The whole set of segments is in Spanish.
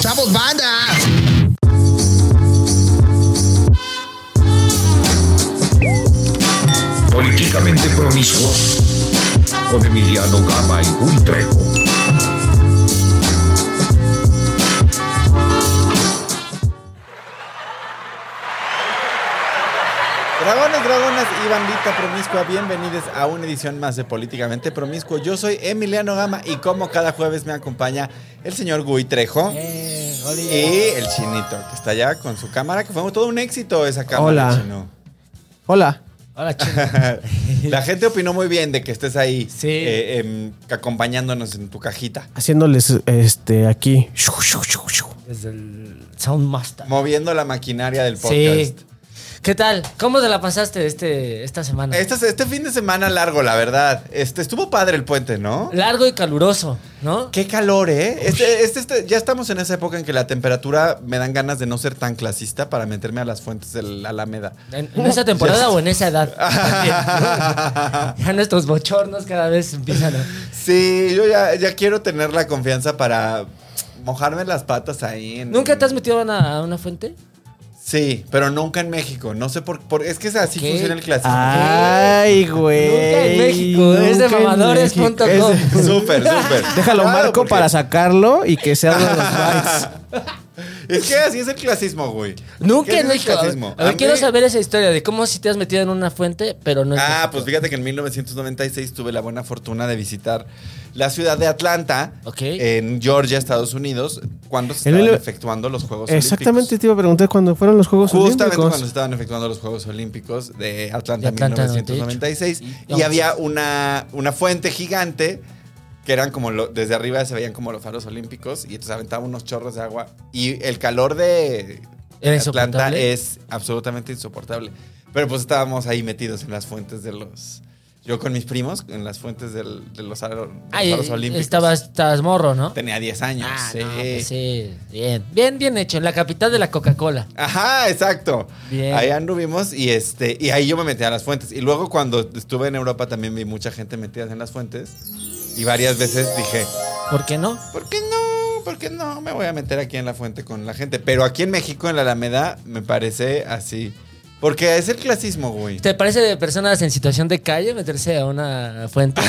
¡Chavos, banda! Políticamente promiscuo. Con Emiliano Gama y Gul Trejo. Dragones, dragonas y bandita promiscua, bienvenidos a una edición más de Políticamente Promiscuo. Yo soy Emiliano Gama y como cada jueves me acompaña el señor Gui Trejo Eh, y el chinito que está allá con su cámara, que fue todo un éxito esa cámara. Hola. chino. Hola. Hola, chicos. La gente opinó muy bien de que estés ahí Sí. eh, em, acompañándonos en tu cajita, Haciéndoles este aquí. Desde el Soundmaster. moviendo la maquinaria del podcast. Sí. ¿Qué tal? ¿Cómo te la pasaste este, esta semana? Este, este fin de semana largo, la verdad. Este, estuvo padre el puente, ¿no? Largo y caluroso, ¿no? Qué calor, ¿eh? Este, este- este- ya estamos en esa época en que la temperatura me dan ganas de no ser tan clasista para meterme a las fuentes de la Alameda. ¿En, en esa temporada o en esa edad? También, ¿no? ya nuestros bochornos cada vez empiezan a... Sí, yo ya, ya quiero tener la confianza para mojarme las patas ahí. en- ¿Nunca te has metido a una, a una fuente? Sí, pero nunca en México. No sé por qué. Es que es así Ok. funciona el clasismo. Ay, güey. Nunca en México, es de Nunca en mamadores.com. México. Es- Súper, súper. Déjalo Claro, marco porque- para sacarlo y que se abran los bytes. Es que así es el clasismo, güey. Nunca ¿Qué en es el México. A ver, clasismo? a ver, A quiero mí- saber esa historia de cómo si te has metido en una fuente, pero no en Ah, México. pues fíjate que en 1996 tuve la buena fortuna de visitar la ciudad de Atlanta, Ok. en Georgia, Estados Unidos, cuando se En estaban mil- efectuando los Juegos Exactamente Olímpicos. te iba a preguntar cuándo fueron los Juegos Justamente Olímpicos. cuando se estaban efectuando los Juegos Olímpicos de Atlanta, De Atlanta, 1996. Y- Y, había una, una fuente gigante que eran como lo- desde arriba se veían como los faros olímpicos y entonces aventaban unos chorros de agua. Y el calor de Atlanta Era insoportable. es absolutamente insoportable. Pero pues estábamos ahí metidos en las fuentes de los. Yo con mis primos, en las fuentes del- de los aro- de los Ay, faros olímpicos. estabas, estabas morro, ¿no? Tenía 10 años. Ah, sí. no, pues sí. Bien, bien, bien hecho. En la capital de la Coca-Cola. Ajá, exacto. Bien. Ahí anduvimos y este y ahí yo me metí a las fuentes. Y luego cuando estuve en Europa también vi mucha gente metida en las fuentes y varias veces dije, ¿Por qué no? ¿por qué no? ¿Por qué no me voy a meter aquí en la fuente con la gente? Pero aquí en México en la Alameda me parece así, porque es el clasismo, güey. ¿Te parece de personas en situación de calle meterse a una fuente?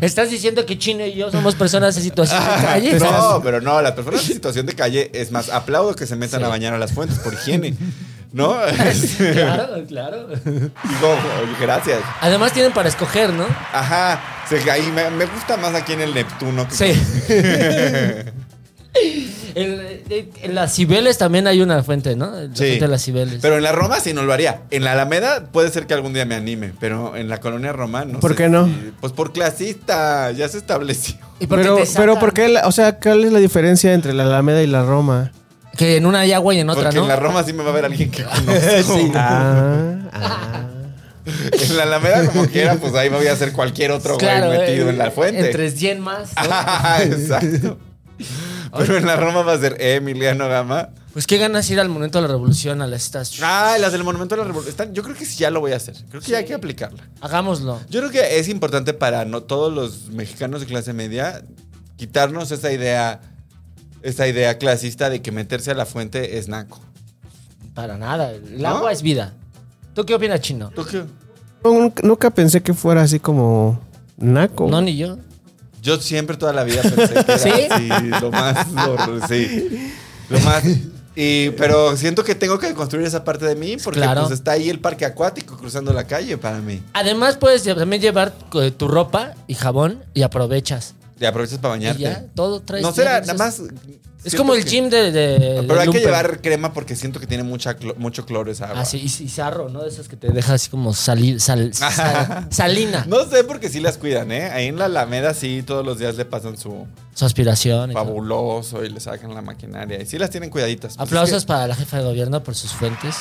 ¿Estás diciendo que Chino y yo somos personas en situación de calle? No, pero no, las personas en situación de calle es más aplaudo que se metan Sí. a bañar a las fuentes por higiene. ¿No? Este, Claro, claro. Digo, gracias. Además tienen para escoger, ¿no? Ajá, se- ahí me, me gusta más aquí en el Neptuno. que- Sí. En, eh, en las Cibeles también hay una fuente, ¿no? La Sí. fuente de las Cibeles. Pero en la Roma sí no lo haría. En la Alameda puede ser que algún día me anime, pero en la colonia Roma no. ¿Por sé qué no? si- pues por clasista, ya se estableció. ¿Y por qué Pero, te sacan? pero ¿por qué? la- o sea, ¿cuál es la diferencia entre la Alameda y la Roma? Que en una hay agua y en otra Porque no. en la Roma sí me va a ver alguien que conozco. Ah, ah. En la Alameda como quiera, pues ahí me voy a hacer cualquier otro güey metido eh, en la fuente. Entre 100 más. ¿no? Ajá, Ah, exacto. Pero en la Roma va a ser Emiliano Gama. Pues qué ganas ir al momento de la revolución, a las estas. Ah, las del Monumento de la Revolución. Están- Yo creo que sí ya lo voy a hacer. Creo que ya hay que aplicarla. Hagámoslo. Yo creo que es importante para no, todos los mexicanos de clase media quitarnos esa idea, esa idea clasista de que meterse a la fuente es naco. Para nada. El ¿No? agua es vida. ¿Tú qué opinas, chino? ¿Tú qué? No, nunca, nunca pensé que fuera así como Oh. naco. No, ni yo. Yo siempre toda la vida pensé que era ¿Sí? así, lo más, lo, sí, lo más. Y, pero siento que tengo que construir esa parte de mí porque Claro. pues, está ahí el parque acuático cruzando la calle para mí. Además, puedes lle- también llevar eh, tu ropa y jabón y aprovechas. Te aprovechas para Y bañarte. ya, todo traes. no será, bien, nada más. entonces- Es como el gym eh, de. de- de Pero hay que Lumpen. llevar crema porque siento que tiene mucha clo- mucho cloro esa agua. Ah, sí, y, y sarro, ¿no? De esas que te deja así como salir. Sal, sal- salina. No sé porque sí las cuidan, ¿eh? Ahí en la Alameda sí todos los días le pasan su Su aspiración. y todo. fabuloso y le sacan la maquinaria. Y sí las tienen cuidaditas. Pues es Aplausos que- para la jefa de gobierno por sus fuentes.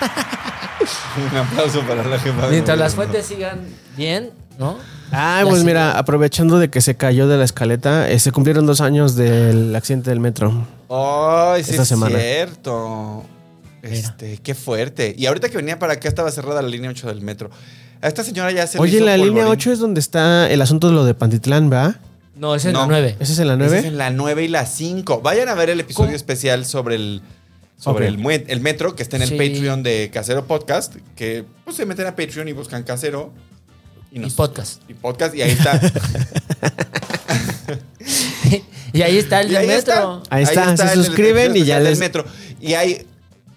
un aplauso para la jefa. de Mientras las gobierno. fuentes sigan bien, ¿no? Ah, La pues señora- mira, aprovechando de que se cayó de la escaleta, eh, se cumplieron dos años del accidente del metro. Ay, sí Esta es semana. cierto. Este, qué fuerte. Y ahorita que venía para acá estaba cerrada la línea 8 del metro. A esta señora ya se le Oye, hizo la línea polvorín. 8 es donde está el asunto de lo de Pantitlán, ¿va? No, es en la No. 9. ¿Esa es en la Esa 9? es en la 9 y la 5. Vayan a ver el episodio ¿Cómo? especial sobre el sobre Ok. el, mue- el metro que está en el Sí. Patreon de Casero Podcast, que pues, se meten a Patreon y buscan Casero y, Y nos- podcast. y podcast y ahí está. y ahí está el Y del ahí está. metro. Ahí está, se el- el suscriben y episodio ya especial del les- metro. Y hay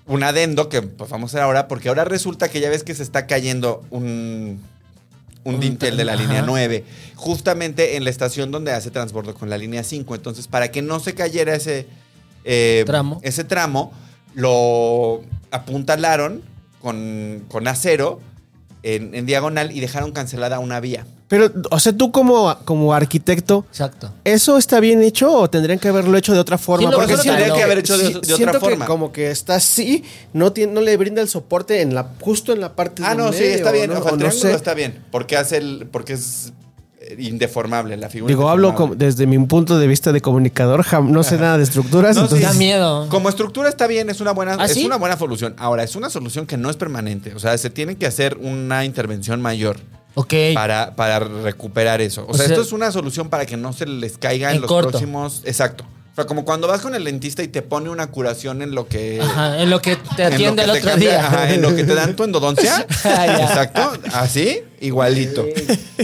un adendo que pues, vamos a hacer ahora porque ahora resulta que ya ves que se está cayendo un un, Un dintel de la tren, línea ajá. 9, justamente en la estación donde hace transbordo con la línea 5. Entonces, para que no se cayera ese eh, Tramo. ese tramo lo apuntalaron con, con acero en, en diagonal y dejaron cancelada una vía. Pero, o sea, tú como, como arquitecto, Exacto. ¿eso está bien hecho o tendrían que haberlo hecho de otra forma? Sí, lo- Porque eso sí tendría lo- que haber hecho de, si- de otra siento forma. que como que está así, no, tiene, no le brinda el soporte en la, justo en la parte Ah, del no, sí, medio, está bien. ¿no? o sea, O el no triángulo sé. está bien. Porque hace el. Porque es eh, indeformable la figura. Digo, hablo como- indeformable. desde mi punto de vista de comunicador, jam- no sé nada de estructuras, No, sí, entonces... Da miedo. Como estructura está bien, es una buena, ¿Ah, es sí? una buena solución. Ahora, es una solución que no es permanente. O sea, se tiene que hacer una intervención mayor Ok. para, para recuperar eso. O, O sea, sea- esto es una solución para que no se les caiga en, En los corto. próximos. Exacto. O sea, como cuando vas con el dentista y te pone una curación en lo que. Ajá, en lo que te en lo atiende que te el otro cambia- día. ajá, en lo que te dan tu endodoncia. Ah, ya. Exacto. Así, igualito.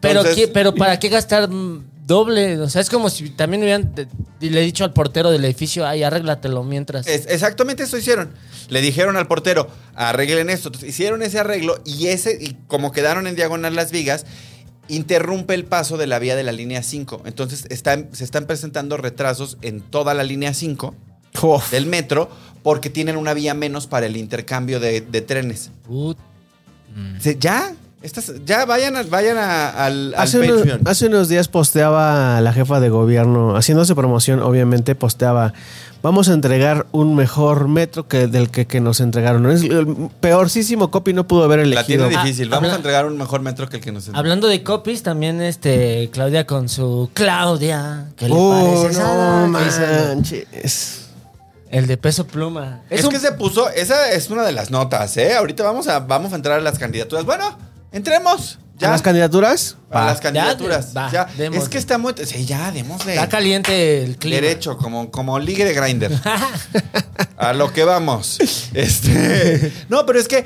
Pero, Entonces- ¿qué- pero ¿para qué gastar mm, doble? O sea, es como si también me hubieran de- le he dicho al portero del edificio, ay, arréglatelo mientras. Es- exactamente eso hicieron. Le dijeron al portero, arreglen esto. Entonces, hicieron ese arreglo y ese, y como quedaron en diagonal las vigas, interrumpe el paso de la vía de la línea 5. Entonces están, se están presentando retrasos en toda la línea 5 Uf. del metro porque tienen una vía menos para el intercambio de, de trenes. Put- Se- ya, estas, ya vayan, a- vayan a- al, al Hace unos, Patreon. hace unos días posteaba la jefa de gobierno, haciéndose promoción, obviamente, posteaba, vamos a entregar un mejor metro que del que, que nos entregaron. Es el peorcísimo copy, no pudo haber la elegido. tiene difícil. Vamos habla- a entregar un mejor metro que el que nos Hablando de copies, también este Claudia con su Claudia, que le Uh, Oh, parece no Sara? Que es el- manches. El de peso pluma. Es, Es, un- que se puso, esa es una de las notas, ¿eh? Ahorita vamos a, vamos a entrar a las candidaturas. Bueno, entremos. Ya. ¿A ¿Las candidaturas? Para Va. las candidaturas. Ya, va, Ya. démosle. Es que está muy. Sí, ya, démosle. está caliente el clima. Derecho, como, como ligue de grinder. a lo que vamos. Este. No, pero es que.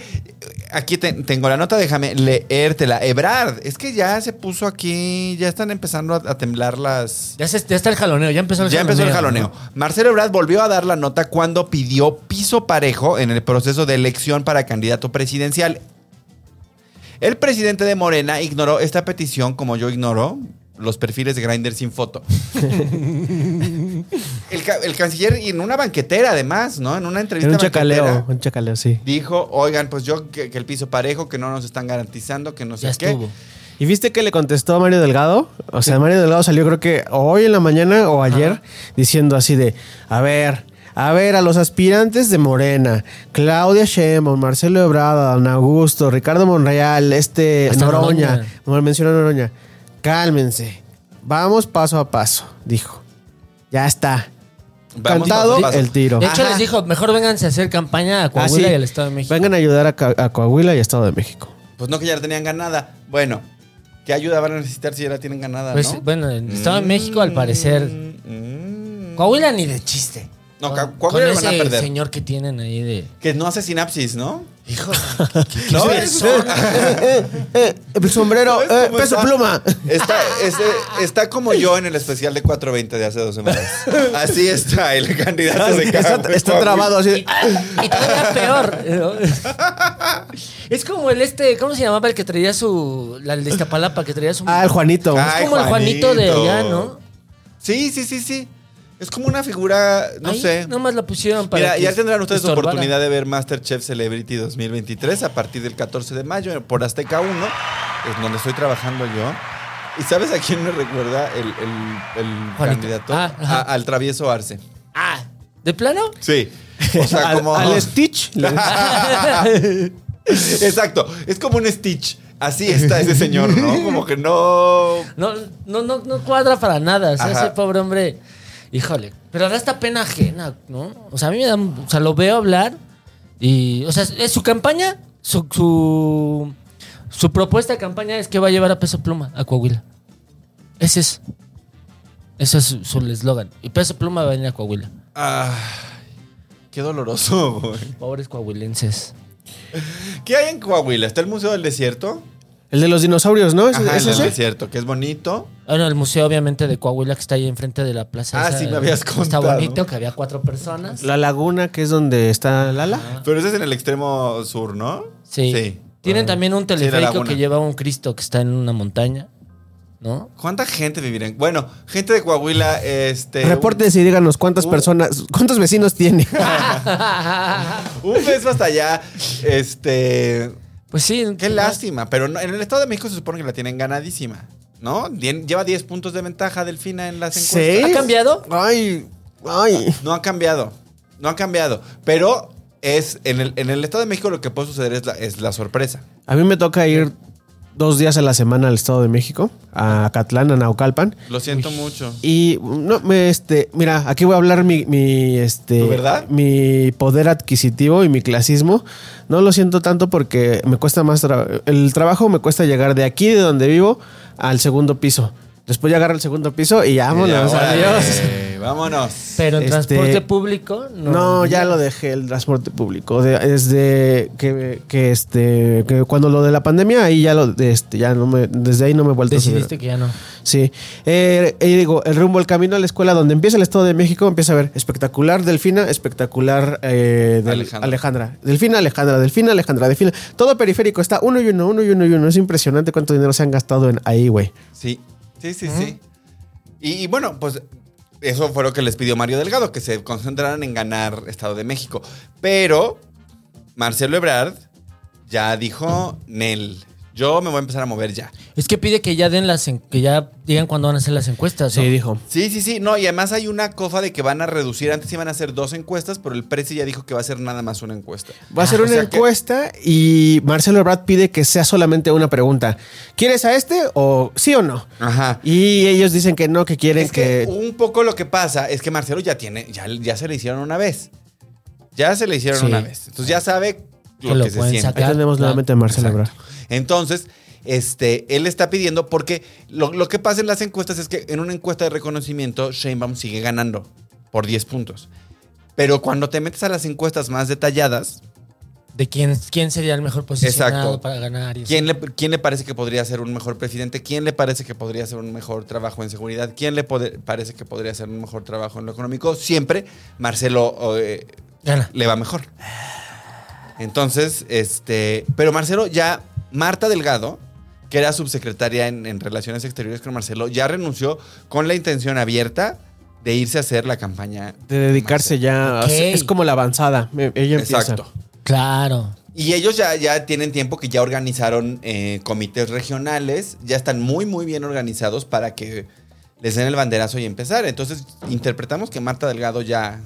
Aquí te- tengo la nota, déjame leértela. Ebrard, es que ya se puso aquí, ya están empezando a- a temblar las, Ya, se- ya está el jaloneo, ya empezó el ya jaloneo. empezó el jaloneo. Marcelo Ebrard volvió a dar la nota cuando pidió piso parejo en el proceso de elección para candidato presidencial. El presidente de Morena ignoró esta petición como yo ignoro los perfiles de Grindr sin foto. el, ca- el canciller y en una banquetera además, ¿no? En una entrevista En un banquetera, chacaleo, un chacaleo, sí. Dijo, oigan, pues yo que, que el piso parejo, que no nos están garantizando, que no sé Ya qué. estuvo. ¿Y viste que le contestó a Mario Delgado? O sea, Mario Delgado salió creo que hoy en la mañana o ayer diciendo así de, a ver, a ver, a los aspirantes de Morena, Claudia Sheinbaum, Marcelo Ebrard, Adán Augusto, Ricardo Monreal, este Hasta Noroña, Noroña. me menciona Noroña, cálmense, vamos paso a paso, dijo. Ya está. Vamos Cantado paso a paso. el tiro. De hecho, Ajá. Ah, les dijo, mejor vénganse a hacer campaña a Coahuila Así, y al Estado de México. Ah, Vengan a ayudar a, Ca- a Coahuila y Estado de México. Pues no que ya la tenían ganada. Bueno, ¿qué ayuda van a necesitar si ya la tienen ganada? Pues, ¿no? Bueno, en el Estado de México, al parecer. Mm. Coahuila ni de chiste. No, Con- Ca- Coahuila lo con van a ese perder. señor que tienen ahí de... Que no hace sinapsis, ¿no? Hijo, No, Sí. es- Eh, eh, eh, eh, el sombrero, ¿Sabes eh, cómo peso está? pluma. Está, es- eh, está como yo en el especial de 420 de hace dos semanas. Así está el candidato de Ah, Está, cambio. está trabado así. de- y todavía peor. ¿no? Es como el este, ¿cómo se llamaba el que traía su. La de Iztapalapa, que traía su. Ah, el Juanito. Ay, como el Juanito de allá, ¿no? Sí, sí, sí, sí. Es como una figura, no Ahí sé. Nada más la pusieron para. Mira, que ya tendrán ustedes la estorbara. oportunidad de ver Masterchef Celebrity 2023 a partir del 14 de mayo por Azteca 1, es donde estoy trabajando yo. ¿Y sabes a quién me recuerda el, el- el Juanito. candidato? Ah, ajá. A- al travieso Arce. Ah, ¿de plano? Sí. O sea, Al, como... al Stitch. le- Exacto. Es como un Stitch. Así está ese señor, ¿no? Como que no... No, no, no, no cuadra para nada. O sea, Ajá. ese pobre hombre. Híjole. Pero da esta pena ajena, ¿no? O sea, a mí me da. O sea, lo veo hablar. Y. O sea, es su campaña. Su. su su propuesta de campaña es que va a llevar a peso pluma a Coahuila. Ese es. Ese es su su eslogan. Y peso pluma va a venir a Coahuila. Ah, qué doloroso, güey. Pobres coahuilenses. ¿Qué hay en Coahuila? Está el Museo del Desierto. El de los dinosaurios, ¿no? Pues, ¿Es, Ajá, es el del ese? desierto, que es bonito. Bueno, el museo, obviamente, de Coahuila, que está ahí enfrente de la plaza. Ah, sí, me habías contado. Está bonito, que había cuatro personas. La laguna, que es donde está Lala. Pero ese es en el extremo sur, ¿no? Sí. Tienen Ah. también un Sí, la teleférico laguna. que lleva un Cristo que está en una montaña, ¿no? ¿Cuánta gente vivirá en.? Bueno, gente de Coahuila, este. Reportes y díganos cuántas Uh. personas, cuántos vecinos tiene. Un, un beso hasta allá. Este. pues sí. Qué lástima. Pero no- en el Estado de México se supone que la tienen ganadísima, ¿no? Dien- lleva 10 puntos de ventaja Delfina en las encuestas. ¿Seis? ¿Ha cambiado? Ay, ay. No ha cambiado. No ha cambiado. Pero es. En el, en el Estado de México lo que puede suceder es la, es la sorpresa. A mí me toca ir dos días a la semana al Estado de México, a Catlán, a Naucalpan. Lo siento mucho. Y no, me, este, mira, aquí voy a hablar mi, mi, este, ¿Tu verdad? mi poder adquisitivo y mi clasismo. No lo siento tanto porque me cuesta más tra- el trabajo, me cuesta llegar de aquí, de donde vivo, al segundo piso. Después ya agarro el segundo piso y ya, vámonos, Eh, órale, adiós. Vámonos. Pero en Este- transporte público, no. No, ya lo dejé el transporte público. De- desde que, que, este que cuando lo de la pandemia ahí ya lo de este, ya no me desde ahí no me he vuelto a subir. Decidiste que ya no. Sí. Eh, y digo, el rumbo, el camino a la escuela, donde empieza el Estado de México, empieza a ver espectacular Delfina, espectacular eh, del- Alejandra. Alejandra. Delfina, Alejandra, Delfina, Alejandra, Delfina. Todo periférico está uno y uno, uno y uno y uno. Es impresionante cuánto dinero se han gastado en ahí, güey. Sí, sí, sí, sí. Y, y bueno, pues eso fue lo que les pidió Mario Delgado, que se concentraran en ganar Estado de México. Pero Marcelo Ebrard ya dijo, Nel, yo me voy a empezar a mover ya. Es que pide que ya den las en- que ya digan cuándo van a hacer las encuestas. ¿no? dijo. Sí, sí, sí. No, y además hay una cosa de que van a reducir. Antes iban a hacer dos encuestas, pero el presi ya dijo que va a ser nada más una encuesta. Va a ser Ah, o una sea que- encuesta y Marcelo Ebrard pide que sea solamente una pregunta. ¿Quieres a este o sí o no? Ajá. Y ellos dicen que no, que quieren Es que, uh, que... un poco lo que pasa es que Marcelo ya tiene, ya, ya se le hicieron una vez. Ya se le hicieron Sí. una vez. Entonces ya sabe lo Que que, lo se pueden siente. sacar. Ahí tenemos Claro, nuevamente a Marcelo Exacto. Ebrard. Entonces, este, él está pidiendo, porque lo, lo que pasa en las encuestas es que en una encuesta de reconocimiento, Sheinbaum sigue ganando por 10 puntos. Pero cuando te metes a las encuestas más detalladas, De quién, quién sería el mejor posicionado Exacto. para ganar. y eso. ¿quién le, ¿quién le parece que podría ser un mejor presidente? ¿Quién le parece que podría hacer un mejor trabajo en seguridad? ¿Quién le pode- parece que podría hacer un mejor trabajo en lo económico? Siempre Marcelo eh, Gana. le va mejor. Entonces, este. Pero Marcelo ya. Marta Delgado, que era subsecretaria en, en Relaciones Exteriores con Marcelo, ya renunció con la intención abierta de irse a hacer la campaña. De dedicarse ya. Ok. Es como la avanzada. Me- Ella empieza. Exacto. Claro. Y ellos ya, ya tienen tiempo que ya organizaron eh, comités regionales, ya están muy, muy bien organizados para que les den el banderazo y empezar. Entonces, interpretamos que Marta Delgado ya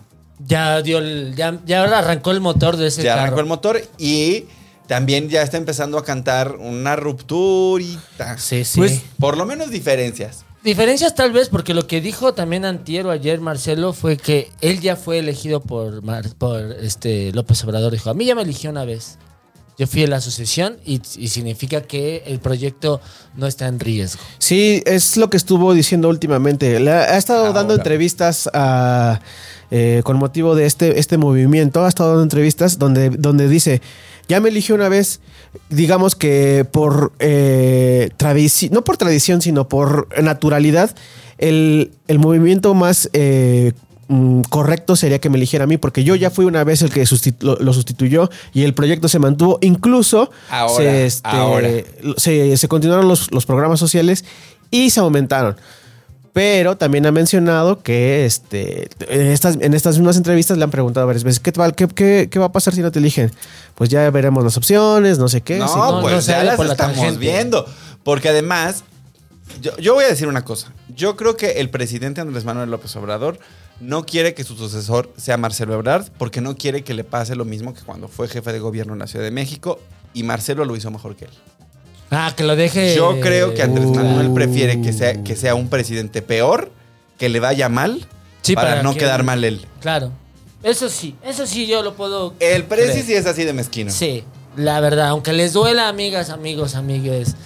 Ya dio el. Ya, ya ahora arrancó el motor de ese ya carro. arrancó el motor y también ya está empezando a cantar una rupturita. Sí, sí. Pues, por lo menos diferencias. Diferencias tal vez porque lo que dijo también antier o ayer Marcelo fue que él ya fue elegido por, Mar- por este López Obrador. Dijo, a mí ya me eligió una vez. Yo fui a la asociación y, y significa que el proyecto no está en riesgo. Sí, es lo que estuvo diciendo últimamente. Le ha ha estado dando Ahora. entrevistas a eh, con motivo de este, este movimiento, ha estado dando entrevistas donde, donde dice, ya me eligió una vez, digamos que por eh, tradici- no por tradición, sino por naturalidad, el, el movimiento más eh, mm, correcto sería que me eligiera a mí, porque yo ya fui una vez el que sustitu- lo, lo sustituyó y el proyecto se mantuvo, incluso Ahora, se, este, ahora. se- se continuaron los, los programas sociales y se aumentaron. Pero también ha mencionado que este, en, estas, en estas mismas entrevistas le han preguntado varias veces, ¿qué, tal- qué, qué- qué va a pasar si no te eligen? Pues ya veremos las opciones, no sé qué. No, sí. no, pues no se ya vaya las por la estamos tangente. viendo. Porque además, yo, yo voy a decir una cosa. Yo creo que el presidente Andrés Manuel López Obrador no quiere que su sucesor sea Marcelo Ebrard porque no quiere que le pase lo mismo que cuando fue jefe de gobierno en la Ciudad de México y Marcelo lo hizo mejor que él. Ah, que lo deje. Yo creo que Andrés Uh, Manuel prefiere que sea, que sea un presidente peor, que le vaya mal, Sí, para, para no que- quedar mal él. Claro. Eso sí, eso sí yo lo puedo. El presi creer. sí es así de mezquino. Sí, la verdad. Aunque les duela, amigas, amigos, amigues.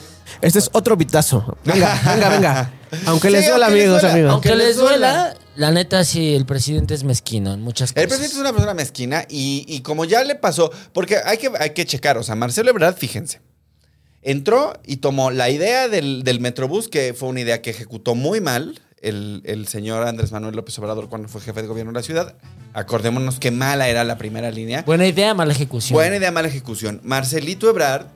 Este es otro pitazo. Venga, venga, venga. Aunque les Sí, duela, aunque les amigos, duela, amigos. aunque- Aunque les les duela, la neta sí, el presidente es mezquino en muchas cosas. El presidente es una persona mezquina y, y como ya le pasó, porque hay que, hay que checar, o sea, Marcelo Ebrard, fíjense, entró y tomó la idea del, del Metrobús, que fue una idea que ejecutó muy mal el, el señor Andrés Manuel López Obrador cuando fue jefe de gobierno de la ciudad. Acordémonos que mala era la primera línea. Buena idea, mala ejecución. Buena idea, mala ejecución. Marcelito Ebrard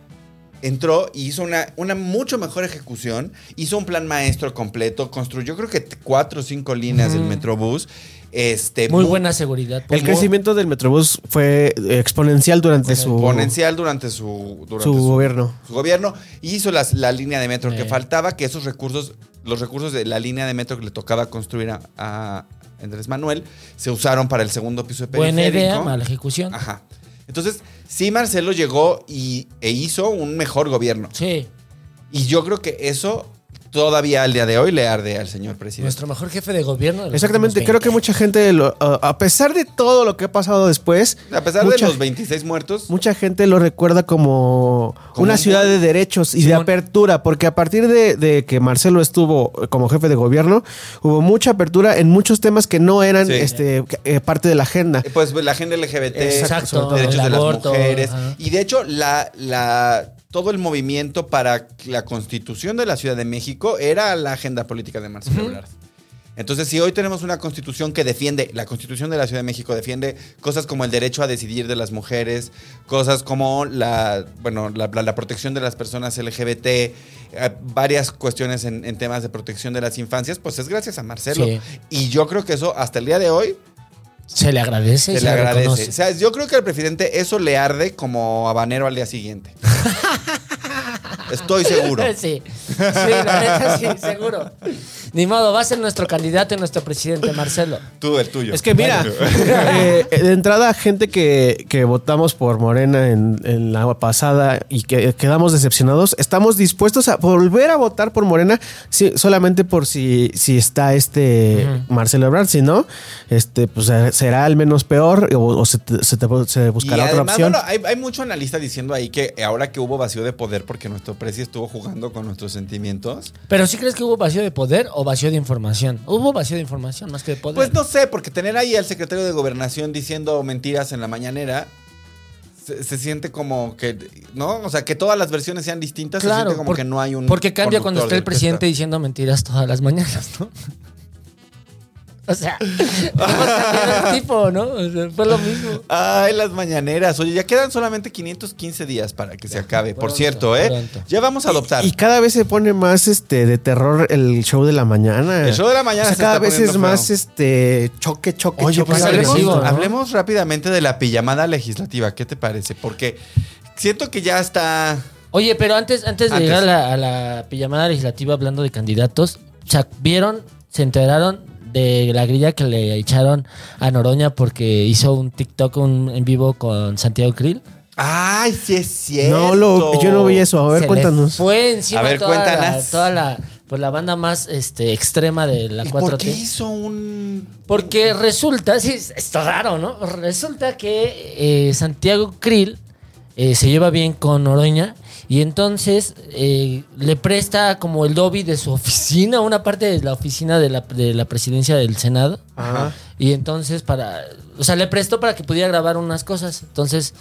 entró y hizo una, una mucho mejor ejecución. Hizo un plan maestro completo. Construyó, creo que, t- cuatro o cinco líneas del Metrobús. Este, Muy mu- buena seguridad. El crecimiento del Metrobús fue eh, exponencial durante su, Exponencial durante su, durante su gobierno. su gobierno. Hizo las- la línea de metro que Sí. faltaba, que esos recursos, los recursos de la línea de metro que le tocaba construir a, a Andrés Manuel, se usaron para el segundo piso de periférico. Buena idea, mala ejecución. Ajá. Entonces, sí, Marcelo llegó y, e hizo un mejor gobierno. Sí, Y yo creo que eso todavía al día de hoy le arde al señor presidente. nuestro mejor jefe de gobierno. de los Exactamente, últimos creo que 20. mucha gente, lo- a a pesar de todo lo que ha pasado después, A pesar mucha- de los 26 muertos, Mucha gente lo recuerda como, Como una un- ciudad de derechos y de Simón. apertura, porque a partir de, de que Marcelo estuvo como jefe de gobierno, hubo mucha apertura en muchos temas que no eran Sí. este, eh, parte de la agenda. eh, pues la gente LGBT, Exacto, sobre todo, el derechos de aborto, las mujeres. ajá. Y de hecho, la, la, todo el movimiento para la constitución de la Ciudad de México era la agenda política de Marcelo Ebrard. Entonces, si hoy tenemos una constitución que defiende, la constitución de la Ciudad de México defiende cosas como el derecho a decidir de las mujeres, cosas como la, bueno, la, la- la protección de las personas LGBT, eh, varias cuestiones en, en temas de protección de las infancias, pues es gracias a Marcelo. Sí. Y yo creo que eso, hasta el día de hoy, Se le agradece. y se le agradece. reconoce. O sea, yo creo que al presidente eso le arde como habanero al día siguiente. Estoy seguro. Sí, sí, la neta sí, seguro. Ni modo, va a ser nuestro candidato y nuestro presidente, Marcelo. Tú, el tuyo. Es que mira, eh, de entrada gente que, que votamos por Morena en, en la pasada y que quedamos decepcionados, estamos dispuestos a volver a votar por Morena sí, solamente por si, si está este Marcelo Ebrard, si no, este, pues eh, será al menos peor o, o se, te- se te- se Y buscará otra además, opción. bueno, hay, hay mucho analista diciendo ahí que ahora que hubo vacío de poder porque nuestro presi estuvo jugando con nuestros sentimientos. Pero sí crees que hubo vacío de poder o vacío de información. Hubo vacío de información más que de poder. Pues no sé, porque tener ahí al secretario de gobernación diciendo mentiras en la mañanera se, se siente como que, ¿no? O sea, que todas las versiones sean distintas, se siente como por- que no hay un. Porque cambia cuando está conductor el presidente de diciendo mentiras todas las mañanas, ¿no? O sea, vamos cambiando el tipo, ¿no? O sea, fue lo mismo. Ay, las mañaneras. Oye, ya quedan solamente 515 días para que se acabe. Por pronto, cierto, ¿eh? pronto. Ya vamos a adoptar. Y cada vez se pone más este de terror el show de la mañana. El show de la mañana O sea, se cada está vez poniendo es más feo. este choque, choque, Oye, choque. pues más hablemos, agresivo, ¿no? hablemos rápidamente de la pijamada legislativa. ¿Qué te parece? Porque siento que ya está. Oye, pero antes, antes de Antes. llegar a la, a la pijamada legislativa hablando de candidatos, o sea, vieron, se enteraron de la grilla que le echaron a Noroña porque hizo un TikTok un- en vivo con Santiago Krill. Ay, sí es cierto. No lo, yo no vi eso. A ver, Se le cuéntanos. Fue encima A ver, toda, la, cuéntanos. toda la- pues, la banda más este, extrema de la ¿Y 4T. por qué hizo un. Porque resulta, sí, es- está raro, ¿no? Resulta que eh, Santiago Krill eh, se lleva bien con Oroña y entonces eh, le presta como el lobby de su oficina, una parte de la oficina de la, de la presidencia del Senado. Y entonces para... O sea, le prestó para que pudiera grabar unas cosas. Entonces,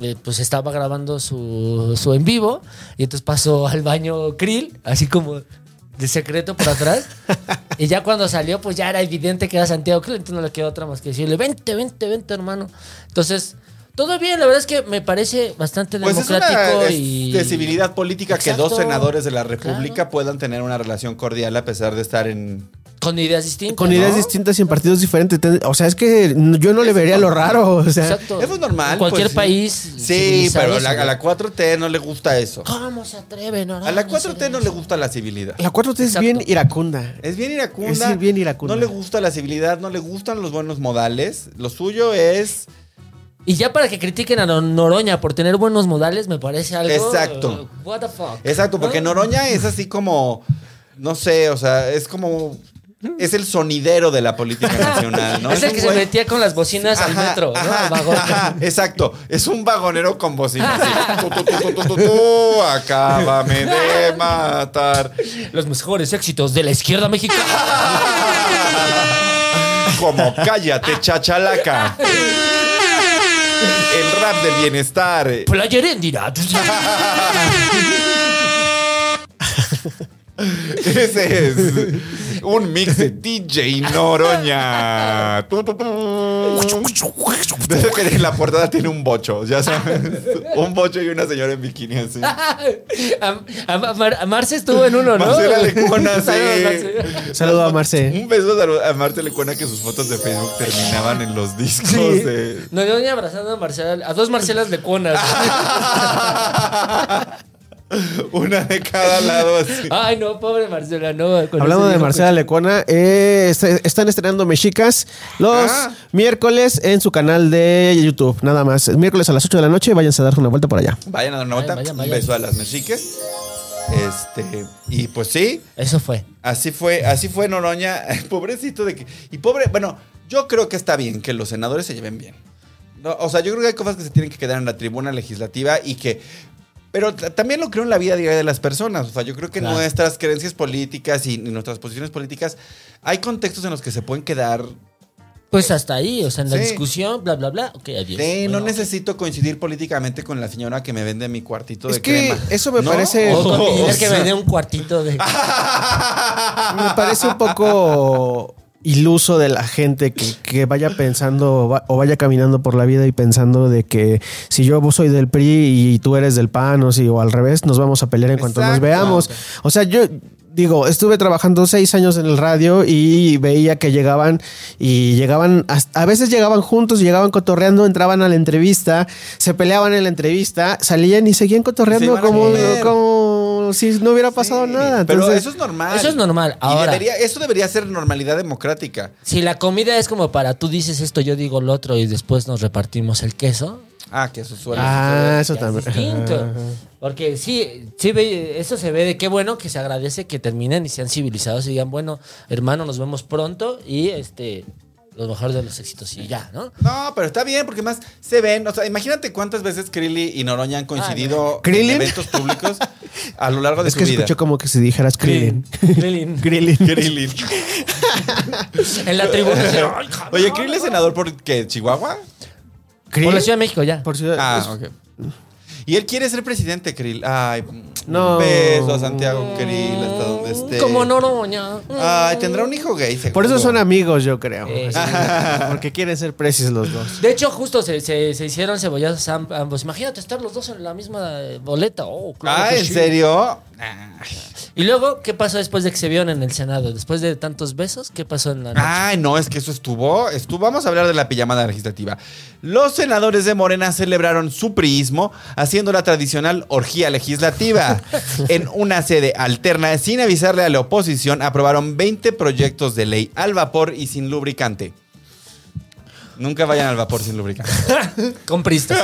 eh, pues estaba grabando su, su en vivo y entonces pasó al baño Krill, así como de secreto por atrás. y ya cuando salió, pues ya era evidente que era Santiago Krill, entonces no le quedó otra más que decirle, vente, vente, vente, hermano. Entonces... Todo bien, la verdad es que me parece bastante Pues es democrático una y. es- civilidad política que dos Exacto. senadores de la República Claro. puedan tener una relación cordial a pesar de estar en... Con ideas distintas. Con ideas ¿no? distintas y en partidos diferentes. Ten- O sea, es que n- yo no le vería lo raro. O sea, Exacto. Eso es normal. En cualquier pues, sí. país. Sí, civilizado pero se la- ve. a la 4T no le gusta eso. ¿Cómo se atreven? A la 4T no le gusta la civilidad. la 4T es Exacto. bien iracunda. Es bien iracunda. Es bien iracunda. No le gusta la civilidad, no le gustan los buenos modales. Lo suyo es. Y ya para que critiquen a Nor- Noroña por tener buenos modales, me parece algo. Exacto. uh, what the fuck. Exacto, porque ¿No? Noroña es así como. No sé, o sea, es como. Es el sonidero de la política nacional, ¿no? es el un que se güey- metía con las bocinas al Ajá, metro, ¿no? ajá, Al vagón. ajá, exacto. Es un vagonero con bocina. así. Tu, tu, tu, tu, tu, tu, tu, acábame de matar. Los mejores éxitos de la izquierda mexicana. Como cállate, chachalaca. El rap del bienestar. Playa Heréndira. Ese es un mix de DJ Noroña. Tu, tu, tu. Desde que en la portada tiene un bocho, ya sabes. Un bocho y una señora en bikini así. A- a- a Mar- a Marce estuvo en uno, ¿no? Marcela Lecuona, sí. Saludos, Marce. Saludo a Marce. Un beso a a Marta Lecuona que sus fotos de Facebook terminaban en los discos de... No, yo ni abrazando a Marcela, a dos Marcelas Lecuonas. Una de cada lado así. Ay, no, pobre Marcela, no. con Hablando ese de viejo Marcela Lecuona, eh, est- están estrenando Mexicas los Ah. miércoles en su canal de YouTube, nada más. Miércoles a las 8 de la noche, váyanse a dar una vuelta por allá. Vayan a dar una vuelta. Vayan, Un vayan, beso a vayan. las mexiques. Este, y pues sí, Eso fue. Así fue, así fue Noroña, pobrecito de que y pobre, bueno, yo creo que está bien que los senadores se lleven bien. No, o sea, yo creo que hay cosas que se tienen que quedar en la tribuna legislativa y que pero t- también lo creo en la vida diaria de las personas. O sea, yo creo que Claro. nuestras creencias políticas y, y nuestras posiciones políticas, hay contextos en los que se pueden quedar. Pues hasta ahí, o sea, en la Sí. discusión, bla, bla, bla. Ok, adiós. de, Bueno, no necesito coincidir políticamente con la señora que me vende mi cuartito Es de que crema. eso me ¿No? parece- O con O mi idea que sea, me dé un cuartito de. Ah. Me parece un poco iluso de la gente que, que vaya pensando o va- o vaya caminando por la vida y pensando de que si yo soy del PRI y tú eres del PAN o, si, o al revés, nos vamos a pelear en cuanto nos Exacto. veamos. O sea, yo digo, estuve trabajando seis años en el radio y veía que llegaban y llegaban, hasta- a veces llegaban juntos, llegaban cotorreando, entraban a la entrevista, se peleaban en la entrevista, salían y seguían cotorreando iban a como, comer. como si no hubiera pasado Sí, nada. pero Entonces- eso es normal. Eso es normal. Y Ahora. debería- eso debería ser normalidad democrática. Si la comida es como para tú dices esto, yo digo lo otro y después nos repartimos el queso. Ah, que eso suele Ah, eso ya es también. distinto. Ajá. Porque sí, sí ve- eso se ve de qué bueno que se agradece que terminen y sean civilizados y digan, bueno, hermano, nos vemos pronto y este, los mejores de los éxitos y ya, ¿no? No, pero está bien, porque más se ven. O sea, imagínate cuántas veces Krilly y Noroña han coincidido en ¿Krillin? eventos públicos a lo largo de Es su que vida. escuché como que si dijeras Krillin. Krillin. Krillin. Krillin. En la tribuna. dice, "Ay, cabrón". Oye, ¿Krillin es senador por qué? ¿Chihuahua? Por la Krillin. Ciudad de México ya. Por ciudad- Ah, es- ok. Y él quiere ser presidente, Krill. Ay, No. un beso a Santiago Krill, hasta donde Este, esté. Mm. Como Noroña. Ay, tendrá un hijo gay, seguro. Por eso son amigos, yo creo. Eh. Así, Porque quieren ser precis los dos. De hecho, justo se, se- se hicieron cebollazos amb- ambos. Imagínate estar los dos en la misma eh, boleta. Oh, claro Ah, que ¿en sí. serio? Ah. Y luego, ¿qué pasó después de que se vieron en el Senado? Después de tantos besos, ¿qué pasó en la noche? Ay, no, es que eso estuvo, estuvo. Vamos a hablar de la pijamada legislativa. Los senadores de Morena celebraron su priismo haciendo la tradicional orgía legislativa. en una sede alterna, sin avisarle a la oposición, aprobaron 20 proyectos de ley al vapor y sin lubricante. Nunca vayan al vapor sin lubricante. Con pristas.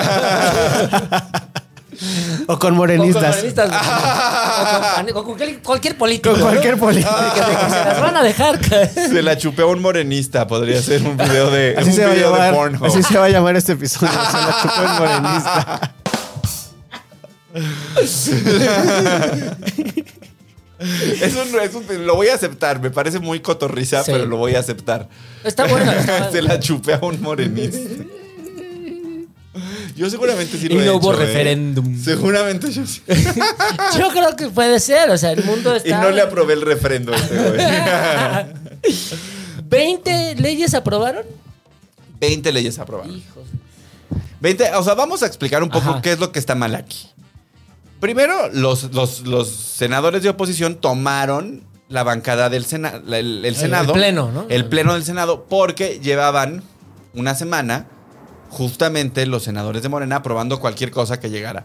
O con O con morenistas. panistas, güey. Ah. O con pan- o con cualquier- cualquier político. Con cualquier ¿no? político. Que se las van a dejar. ca- Se la chupé a un morenista. Podría ser un video de, Así un se, va a video de llamar, Pornhub. así se va a llamar este episodio. Se la chupó el morenista. Es un, es un- lo voy a aceptar, me parece muy cotorriza, Sí. pero lo voy a aceptar. Está buena. está Se buena. la chupé a un morenista. Yo seguramente sí lo Y he no hubo hecho, ¿eh? referéndum. Seguramente yo sí. Yo creo que puede ser. O sea, el mundo está. Y no le aprobé el referendo a este güey. 20 leyes aprobaron. 20 leyes aprobadas. Hijos. 20, o sea, vamos a explicar un poco Ajá. qué es lo que está mal aquí. Primero, los, los, los senadores de oposición tomaron la bancada del Sena- la- el- el, Senado. pleno, ¿no? El pleno del Senado, porque llevaban una semana justamente los senadores de Morena aprobando cualquier cosa que llegara,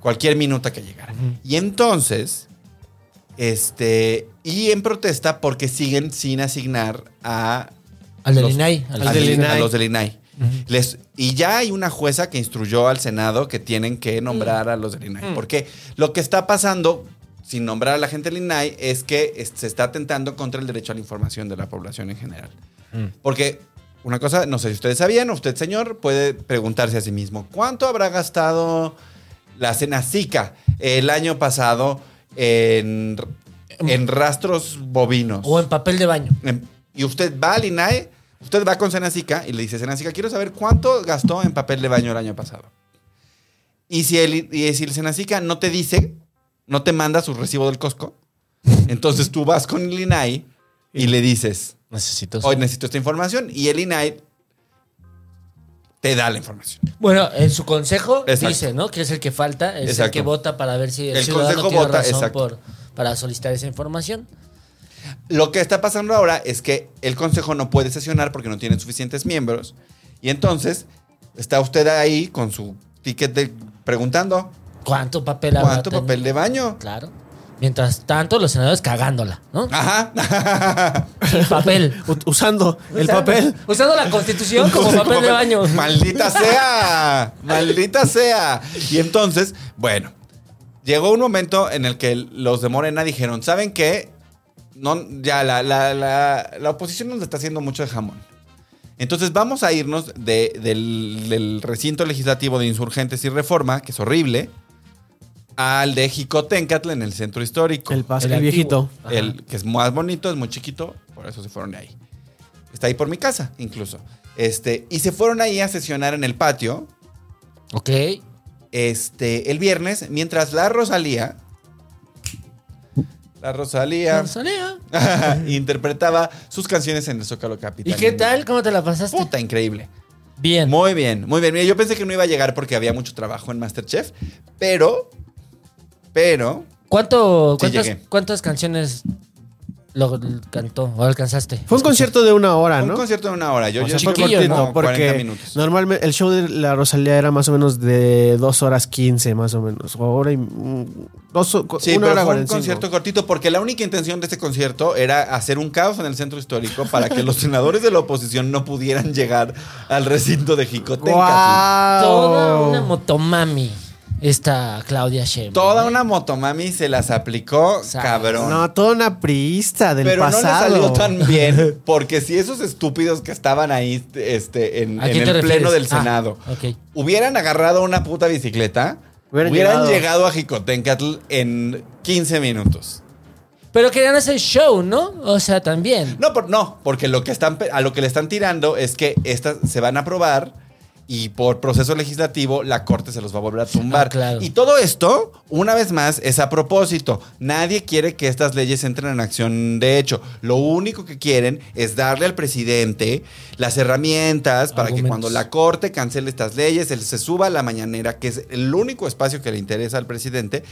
cualquier minuta que llegara. Y entonces, este, y en protesta porque siguen sin asignar a Al del los- INAI. al- al del del- INAI. a los del INAI. Les- y ya hay una jueza que instruyó al Senado que tienen que nombrar a los del INAI. Porque lo que está pasando, sin nombrar a la gente del INAI, es que es- se está atentando contra el derecho a la información de la población en general. Mm. Porque una cosa, no sé si ustedes sabían, usted señor puede preguntarse a sí mismo, ¿cuánto habrá gastado la Cenacica el año pasado en, en rastros bovinos? O en papel de baño. Em, Y usted va al INAE, E, usted va con Senacica y le dice, Senacica, quiero saber cuánto gastó en papel de baño el año pasado. Y si el, y si el Senacica no te dice, no te manda su recibo del Costco, entonces tú vas con el INAI E y le dices, Necesito. hoy necesito esta información y el INAI E te da la información. Bueno, en su consejo Exacto. dice, ¿no? Que es el que falta, es el Exacto. que vota para ver si el, El ciudadano consejo tiene vota, razón exacto. por- para solicitar esa información. Lo que está pasando ahora es que el consejo no puede sesionar porque no tiene suficientes miembros. Y entonces está usted ahí con su ticket de- preguntando ¿Cuánto papel habrá ¿Cuánto tenido? papel de Ah. baño? Claro. Mientras tanto, los senadores cagándola, ¿no? Ajá. Sin papel. U- Usando el Usando- papel. Usando la constitución como papel de baño. Maldita sea. Maldita sea. Y entonces, bueno, llegó un momento en el que los de Morena dijeron, ¿saben qué? No, ya la, la- la- la oposición nos está haciendo mucho de jamón. Entonces vamos a irnos de- del, del recinto legislativo de insurgentes y reforma, que es horrible, al de Jicotencatl en el centro histórico. El, pas- El el antiguo. viejito. Ajá. El que es más bonito, es muy chiquito, por eso se fueron de ahí. Está ahí por mi casa, incluso. Este, y se fueron ahí a sesionar en el patio Ok. este, el viernes, mientras la Rosalía. La Rosalía Rosalía. interpretaba sus canciones en el Zócalo Capital. ¿Y qué tal? ¿Cómo te la pasaste? Puta, increíble. Bien. Muy bien, muy bien. Mira, yo pensé que no iba a llegar porque había mucho trabajo en Masterchef, pero. Pero. ¿Cuánto, Sí, cuántas, llegué. cuántas canciones lo l- cantó o alcanzaste? Fue un concierto de una hora, Un Ah, ¿no? concierto de una hora. Yo, O sea, yo fue llegué chiquillo, como cortito, 40 porque minutos. normalmente el show de la Rosalía era más o menos de dos horas 15, más o menos. O hora y. mm, Dos, o- Sí, una pero hora fue un 45. concierto cortito porque la única intención de este concierto era hacer un caos en el centro histórico para que los senadores de la oposición no pudieran llegar al recinto de Jicotenca. ¡Guau! Toda una motomami esta Claudia Sheinbaum. Toda una motomami se las aplicó, Sa- cabrón. No, toda una priista del pero pasado. no le salió tan bien porque si esos estúpidos que estaban ahí este, en, ¿A en quién el te refieres? pleno del Ah, Senado ok. hubieran agarrado una puta bicicleta, Hubieran hubieran, llegado. llegado. a Jicotencatl en 15 minutos. Pero querían hacer show, ¿no? O sea, también. No, por- no, porque lo que están, pe- a lo que le están tirando es que estas se van a aprobar y por proceso legislativo la Corte se los va a volver a tumbar. Ah, claro. Y todo esto, una vez más, es a propósito. Nadie quiere que estas leyes entren en acción de hecho. Lo único que quieren es darle al presidente las herramientas para que Argumentos. cuando la Corte cancele estas leyes, él se suba a la mañanera, que es el único espacio que le interesa al presidente.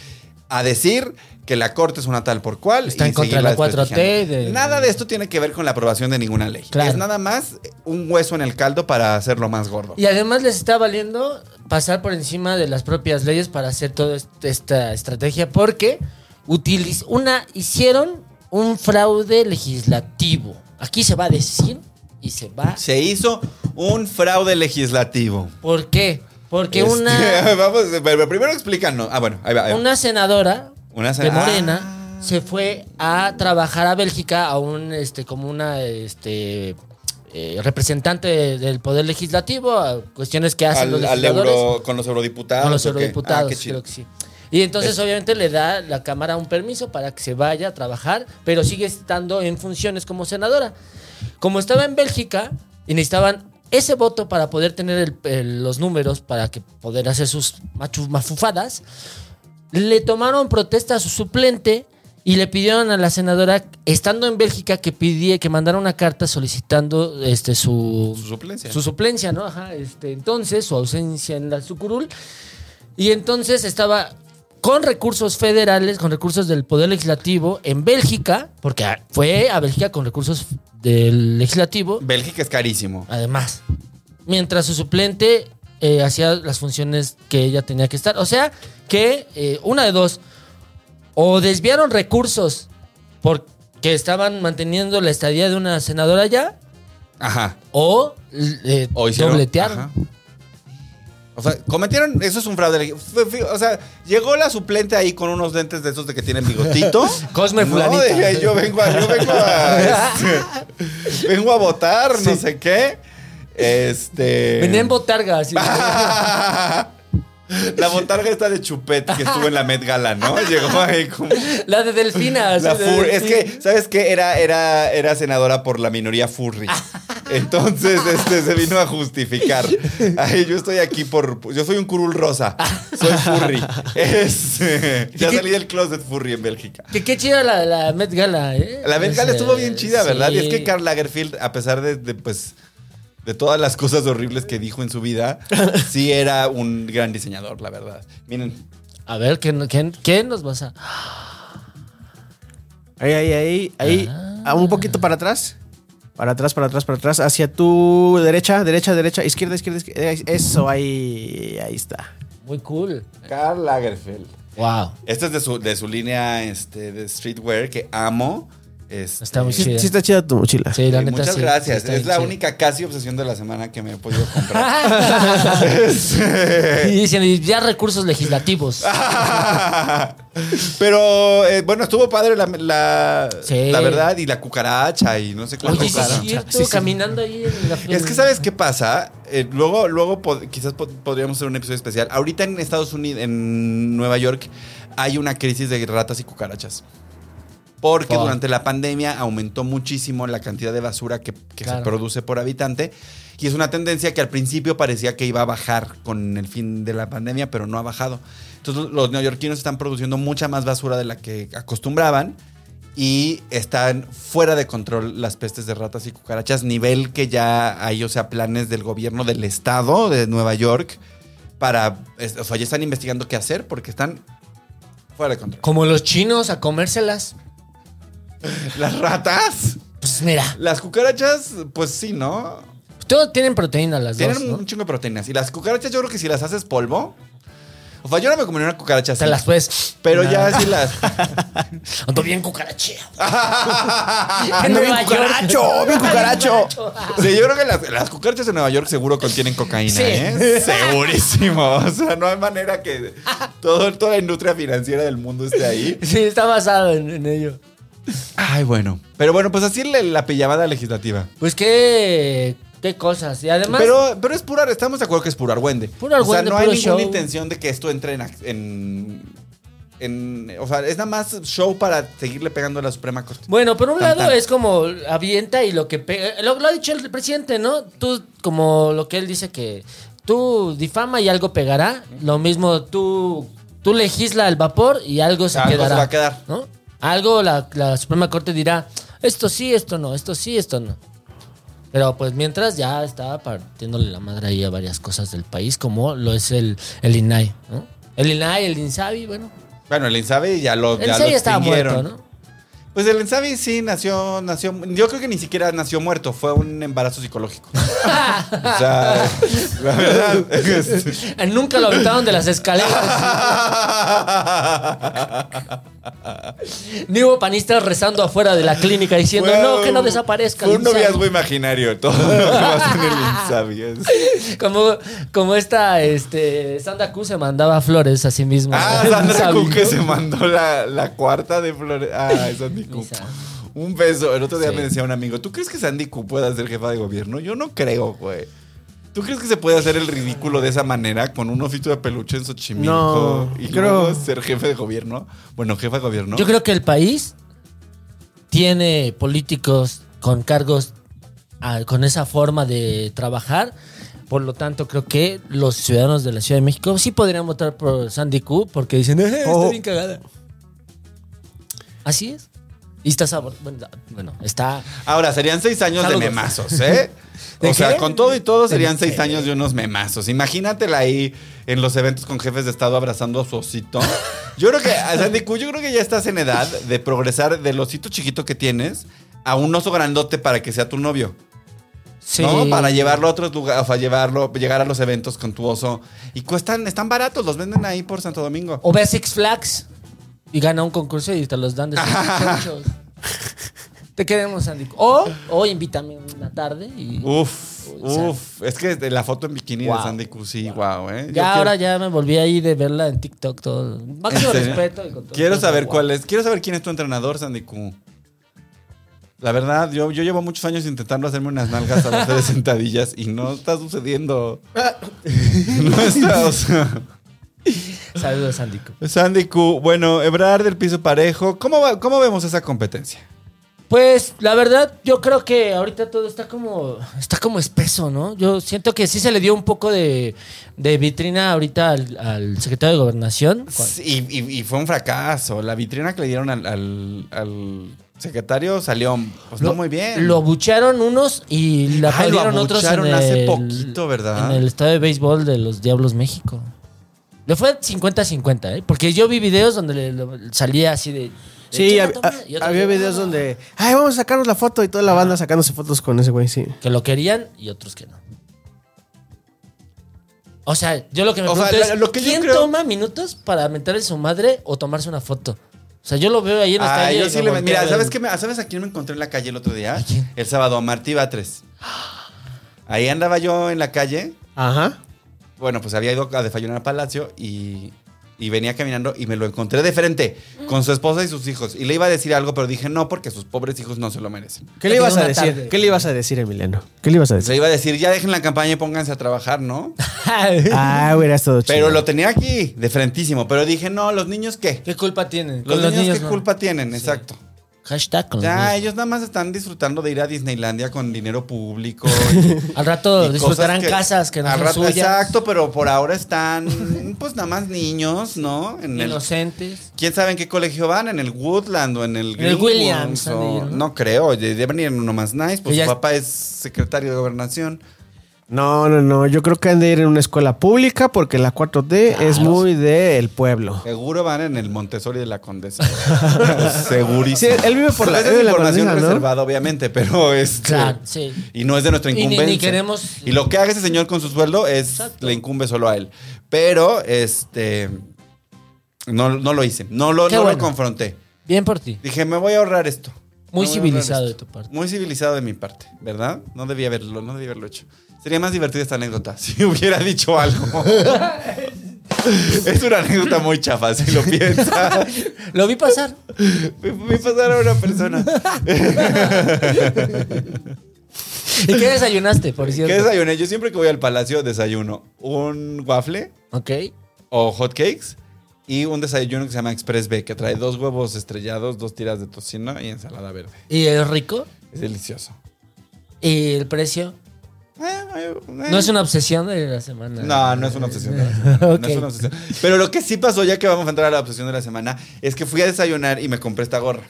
A decir que la corte es una tal por cual. Está y en contra de seguirla la 4T, desprestigiando. de- Nada de esto tiene que ver con la aprobación de ninguna ley. Claro. Es nada más un hueso en el caldo para hacerlo más gordo. Y además les está valiendo pasar por encima de las propias leyes para hacer toda est- esta estrategia porque utiliz- una, hicieron un fraude legislativo. Aquí se va a decir y se va. Se hizo un fraude legislativo. ¿Por qué? Porque Este, una, Vamos, pero primero explícanos. Ah, bueno, ahí va. ahí va. una senadora Una de sena- Morena Ah. se fue a trabajar a Bélgica a un este como una este eh, representante de- del poder legislativo a cuestiones que hacen Al- los al legisladores euro- con los eurodiputados. con los ¿o qué? eurodiputados Ah, qué chido. creo que sí Y entonces obviamente le da la Cámara un permiso para que se vaya a trabajar, pero sigue estando en funciones como senadora. Como estaba en Bélgica y necesitaban ese voto para poder tener el- el- los números, para que poder hacer sus machu- mafufadas, le tomaron protesta a su suplente y le pidieron a la senadora, estando en Bélgica, que pidiera, que mandara una carta solicitando este, su, Su suplencia. su suplencia, ¿no? Ajá, este, entonces, su ausencia en la sucurul. Y entonces estaba con recursos federales, con recursos del Poder Legislativo en Bélgica, porque a- fue a Bélgica con recursos del Legislativo, Bélgica es carísimo. además. Mientras su suplente eh, hacía las funciones que ella tenía que estar. O sea, que eh, una de dos, o desviaron recursos porque estaban manteniendo la estadía de una senadora allá, Ajá. o eh, O hicieron- dobletearon. Ajá. O sea, cometieron, eso es un fraude. Fue- fue- O sea, llegó la suplente ahí con unos lentes de esos de que tienen bigotito. Cosme No, fulanito. dije, yo vengo a, yo vengo a, este, vengo a votar, no sé qué. Este. Venía en botarga, así. La botarga está de Chupet, que estuvo en la Met Gala, ¿no? Llegó ahí como. la de Delfina. así La de- fur- es que, ¿sabes qué? Era, era, era senadora por la minoría furry. Entonces, este se vino a justificar. Ay, yo estoy aquí por. Yo soy un curul rosa. Soy furry. Es- ya salí del closet furry en Bélgica. Que qué chida la, la Met Gala, ¿eh? La Met Gala Pues, estuvo eh, bien chida, ¿verdad? Y es sí. que Karl Lagerfeld, a pesar de, de, pues. De todas las cosas horribles que dijo en su vida, sí era un gran diseñador, la verdad. Miren, A ver, ¿quién, quién, quién nos vas a...? Ahí, ahí, ahí, ahí. Ah, Un poquito para atrás. Para atrás, para atrás, para atrás. Hacia tu derecha, derecha, derecha, izquierda, izquierda, izquierda. Eh, Eso, ahí, ahí está. Muy cool. Karl Lagerfeld. Wow. Esta Este es de su, de su línea este, de streetwear que amo. Este, Está muy y chida. Sí, sí está chida tu mochila. Sí, la neta Eh, Muchas sí, gracias. sí está es bien la chida. única casi obsesión de la semana que me he podido comprar. Este, Es- Y dicen, y ya recursos legislativos. Ah, Pero eh, bueno, estuvo padre la, la, Sí. la verdad y la cucaracha y no sé cuánto. Oye, sí, cara. sí, cierto, caminando ahí en la... Es que sabes qué pasa. Eh, luego, luego pod- quizás pod- podríamos hacer un episodio especial. Ahorita en Estados Unidos, en Nueva York, hay una crisis de ratas y cucarachas. Porque Fuck. durante la pandemia aumentó muchísimo la cantidad de basura que, que Claro. se produce por habitante. Y es una tendencia que al principio parecía que iba a bajar con el fin de la pandemia, pero no ha bajado. Entonces los neoyorquinos están produciendo mucha más basura de la que acostumbraban y están fuera de control las pestes de ratas y cucarachas, nivel que ya hay, o sea, planes del gobierno del estado de Nueva York para, es- o sea, ya están investigando qué hacer porque están fuera de control. Como los chinos a comérselas. Las ratas, Pues mira, las cucarachas, pues sí, ¿no? todos tienen proteína las dos, Tienen ¿no? un chingo de proteínas. Y las cucarachas yo creo que si las haces polvo, o sea, yo no me comería una cucaracha así. Te las puedes... Pero Nah. ya si las... Ando bien cucarachea. ¡Ando bien Nueva York. cucaracho! ¡Bien cucaracho! cucaracho. Sí, yo creo que las, las cucarachas en Nueva York seguro contienen cocaína, Sí. ¿eh? Segurísimo. O sea, no hay manera que todo, toda la industria financiera del mundo esté ahí. Sí, está basado en- en ello. Ay, bueno. Pero bueno, pues así la, la pijamada legislativa. Pues qué, qué cosas. Y además, Pero, pero es pura, estamos de acuerdo que es pura argüende. Puro O argüende, sea, no hay puro ninguna show. intención de que esto entre en, ac- en, en- O sea, es nada más show para seguirle pegando a la Suprema Corte. bueno, por un Tan, lado tan. es como avienta y lo que pega. Lo, lo ha dicho el presidente, ¿no? Tú, como lo que él dice que tú difama y algo pegará. Lo mismo tú, tú legisla al vapor y algo se Algo se quedará. va a quedar. ¿no? Algo la, la Suprema Corte dirá: esto sí, esto no, esto sí, esto no. Pero pues mientras ya está partiéndole la madre ahí a varias cosas del país, como lo es el, el INAI, ¿no? El INAI, el INSABI, bueno. Bueno, el Insabi ya lo, ya El lo INSABI estaba muerto, extinguieron. ¿no? Pues el Ensabi sí nació, nació. Yo creo que ni siquiera nació muerto, fue un embarazo psicológico. o sea, la verdad. este, es- Eh, Nunca lo aventaron de las escaleras. Ni hubo panistas rezando afuera de la clínica diciendo, Fue no, que no un- desaparezca. Fue el un Insabi". noviazgo imaginario, todo lo que pasa en el Insabi. es- Como, como esta, este, Sandra Q se mandaba flores a sí misma. Ah, El Sandra Insabi, Cook que ¿no? se mandó la, la cuarta de Flores. Ah, Sandy Cook. Insabi. Un beso. El otro día Sí. me decía un amigo, ¿tú crees que Sandy Cook pueda ser jefa de gobierno? Yo no creo, güey. ¿Tú crees que se puede hacer el ridículo de esa manera con un osito de peluche en Xochimilco No, y creo- luego ser jefe de gobierno? Bueno, jefa de gobierno. Yo creo que el país tiene políticos con cargos ah, con esa forma de trabajar. Por lo tanto, creo que los ciudadanos de la Ciudad de México sí podrían votar por Sandy Q porque dicen, "Eh, está Oh. bien cagada. Así es. Y está sabor. Bueno, bueno, está. Ahora, serían seis años Saludos. de memazos, ¿eh? ¿De o sea, qué? con todo y todo serían ¿De qué? seis años de unos memazos. Imagínatela ahí en los eventos con jefes de Estado abrazando a su osito. Yo creo que, a Sandy Cu, yo creo que ya estás en edad de progresar del osito chiquito que tienes a un oso grandote para que sea tu novio. Sí. ¿no? Para llevarlo a otros lugares, para llevarlo, llegar a los eventos con tu oso. Y cuestan, están baratos, los venden ahí por Santo Domingo. O ve a Six Flags y gana un concurso y te los dan de muchachos. Te queremos, Sandy. O, o invítame una tarde y. Uf, O sea, uf. Es que de la foto en bikini Wow. de Sandy Cu, sí, wow, ¿eh? Yo Ya quiero- ahora ya me volví ahí de verla en TikTok todo. Máximo ¿En serio? respeto. y con todo Este, Quiero respeto, saber guau. cuál es. Quiero saber quién es tu entrenador, Sandy Q. La verdad, yo, yo llevo muchos años intentando hacerme unas nalgas a base de sentadillas y no está sucediendo. No está, o sea. Saludos, Andy. Sandy Q. Bueno, Ebrar del piso parejo. ¿Cómo, va- ¿Cómo vemos esa competencia? Pues la verdad, yo creo que ahorita todo está como está como espeso, ¿no? Yo siento que sí se le dio un poco de, de vitrina ahorita al, al secretario de Gobernación. Sí, Y, y- y fue un fracaso. La vitrina que le dieron al, al- al secretario salió pues, no muy bien. Lo bucharon unos y la Ah, lo perdieron otros en abuchearon hace el- poquito, ¿verdad? En el estadio de béisbol de los Diablos México. Le fue 50-50, ¿eh? Porque yo vi videos donde le- le- salía así de... Sí, "Échale, hab- toma", y hab- otro, había "No, no, videos no". donde. Ay, vamos a sacarnos la foto y toda la banda sacándose fotos con ese güey, sí. Que lo querían y otros que no. O sea, yo lo que me O sea, pregunto la- es, lo que yo ¿quién creo- toma minutos para mentarle su madre o tomarse una foto? O sea, yo lo veo ahí en el Ah, estadio yo y sí me le- volteo a mira, ver. ¿sabes, qué me- ah, ¿sabes a quién me encontré en la calle el otro día? ¿A quién? El sábado, a Martí Batres. Ahí andaba yo en la calle. Ajá. Bueno, pues había ido a desayunar a Palacio y, y venía caminando y me lo encontré de frente con su esposa y sus hijos. Y le iba a decir algo, pero dije no porque sus pobres hijos no se lo merecen. ¿Qué le Te ibas a pido una decir? tarde. ¿Qué le ibas a decir, Emiliano? ¿Qué le ibas a Le decir? iba a decir, ya dejen la campaña y pónganse a trabajar, ¿no? Ah, hubiera estado chido. Pero lo tenía aquí, de frentísimo. Pero dije, no, ¿los niños qué? ¿Qué culpa tienen? ¿Los, Con niños, qué no. culpa tienen? Exacto. Hashtag con los Ya, niños. ellos nada más están disfrutando de ir a Disneylandia con dinero público. y- Al rato y disfrutarán cosas casas que no al son rato- suyas. Exacto, pero por ahora están, pues nada más niños, ¿no? En el, Inocentes. ¿Quién sabe en qué colegio van? ¿En el Woodland o en el En el Greenwood, Williams, o- han de ir, ¿no? ¿no? creo, de- deben ir en uno más nice. Pues Que su ya- papá es secretario de gobernación. No, no, no. Yo creo que han de ir en una escuela pública porque la 4T es muy del pueblo. Seguro van en el Montessori de la Condesa. Segurísimo. Sí, él vive por la- Esa vive es en la información Condesa, ¿no? reservada, obviamente, pero es. Claro, sí. Y no es de nuestra Y ni- ni incumbencia. queremos- Y lo que haga ese señor con su sueldo es le incumbe solo a él. Pero, este. No, no lo hice. No, lo, Qué no bueno. lo confronté. Bien por ti. Dije, me voy a ahorrar esto. Muy Me voy a ahorrar civilizado esto. de tu parte. Muy civilizado de mi parte, ¿verdad? No debía haberlo, no debía haberlo hecho. Sería más divertida esta anécdota si hubiera dicho algo. es una anécdota muy chafa, si lo piensas. Lo vi pasar. Me, me pasaron a una persona. ¿Y qué desayunaste, por ¿Qué cierto? desayuné? Yo siempre que voy al palacio desayuno un waffle Ok. o hotcakes y un desayuno que se llama Express B, que trae dos huevos estrellados, dos tiras de tocino y ensalada verde. ¿Y es rico? Es delicioso. ¿Y el precio? Eh, eh, eh. No es una obsesión de la semana. No, no es una obsesión. de la semana. Ok. No es una obsesión. Pero lo que sí pasó, ya que vamos a entrar a la obsesión de la semana, es que fui a desayunar y me compré esta gorra.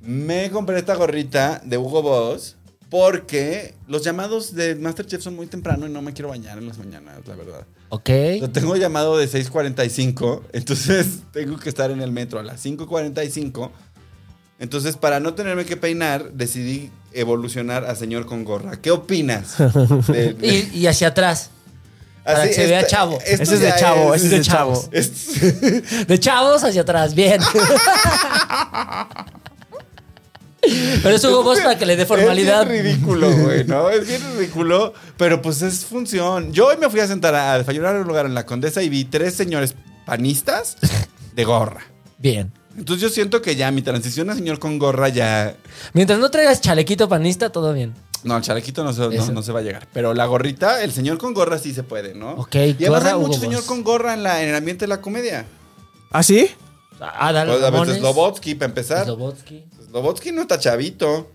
Me compré esta gorrita de Hugo Boss porque los llamados de Masterchef son muy temprano y no me quiero bañar en las mañanas, la verdad. Ok. Yo tengo llamado de 6.45, entonces tengo que estar en el metro a las 5.45. Entonces, para no tenerme que peinar, decidí evolucionar a señor con gorra. ¿Qué opinas? de- de- Y, y hacia atrás. Para que se vea chavo. esto Ese es de ya chavo, es- ese es de es- chavo. es- De chavos hacia atrás. Bien. Pero es Hugo Boss para que le dé formalidad. Es bien ridículo, güey, ¿no? Es bien ridículo, pero pues es función. Yo hoy me fui a sentar a desayunar en un lugar en la Condesa y vi tres señores panistas de gorra. Bien. Entonces yo siento que ya mi transición a señor con gorra ya... Mientras no traigas chalequito panista, todo bien. No, el chalequito no se, no- Eso. no se va a llegar. Pero la gorrita, el señor con gorra sí se puede, ¿no? Ok, Y además gorra, hay mucho Hugo señor Boss. con gorra en, la, en el ambiente de la comedia. ¿Ah, sí? Adal Pues, a ver, Ramones, Slobotsky, para empezar. Slobotsky. Slobotsky no está chavito.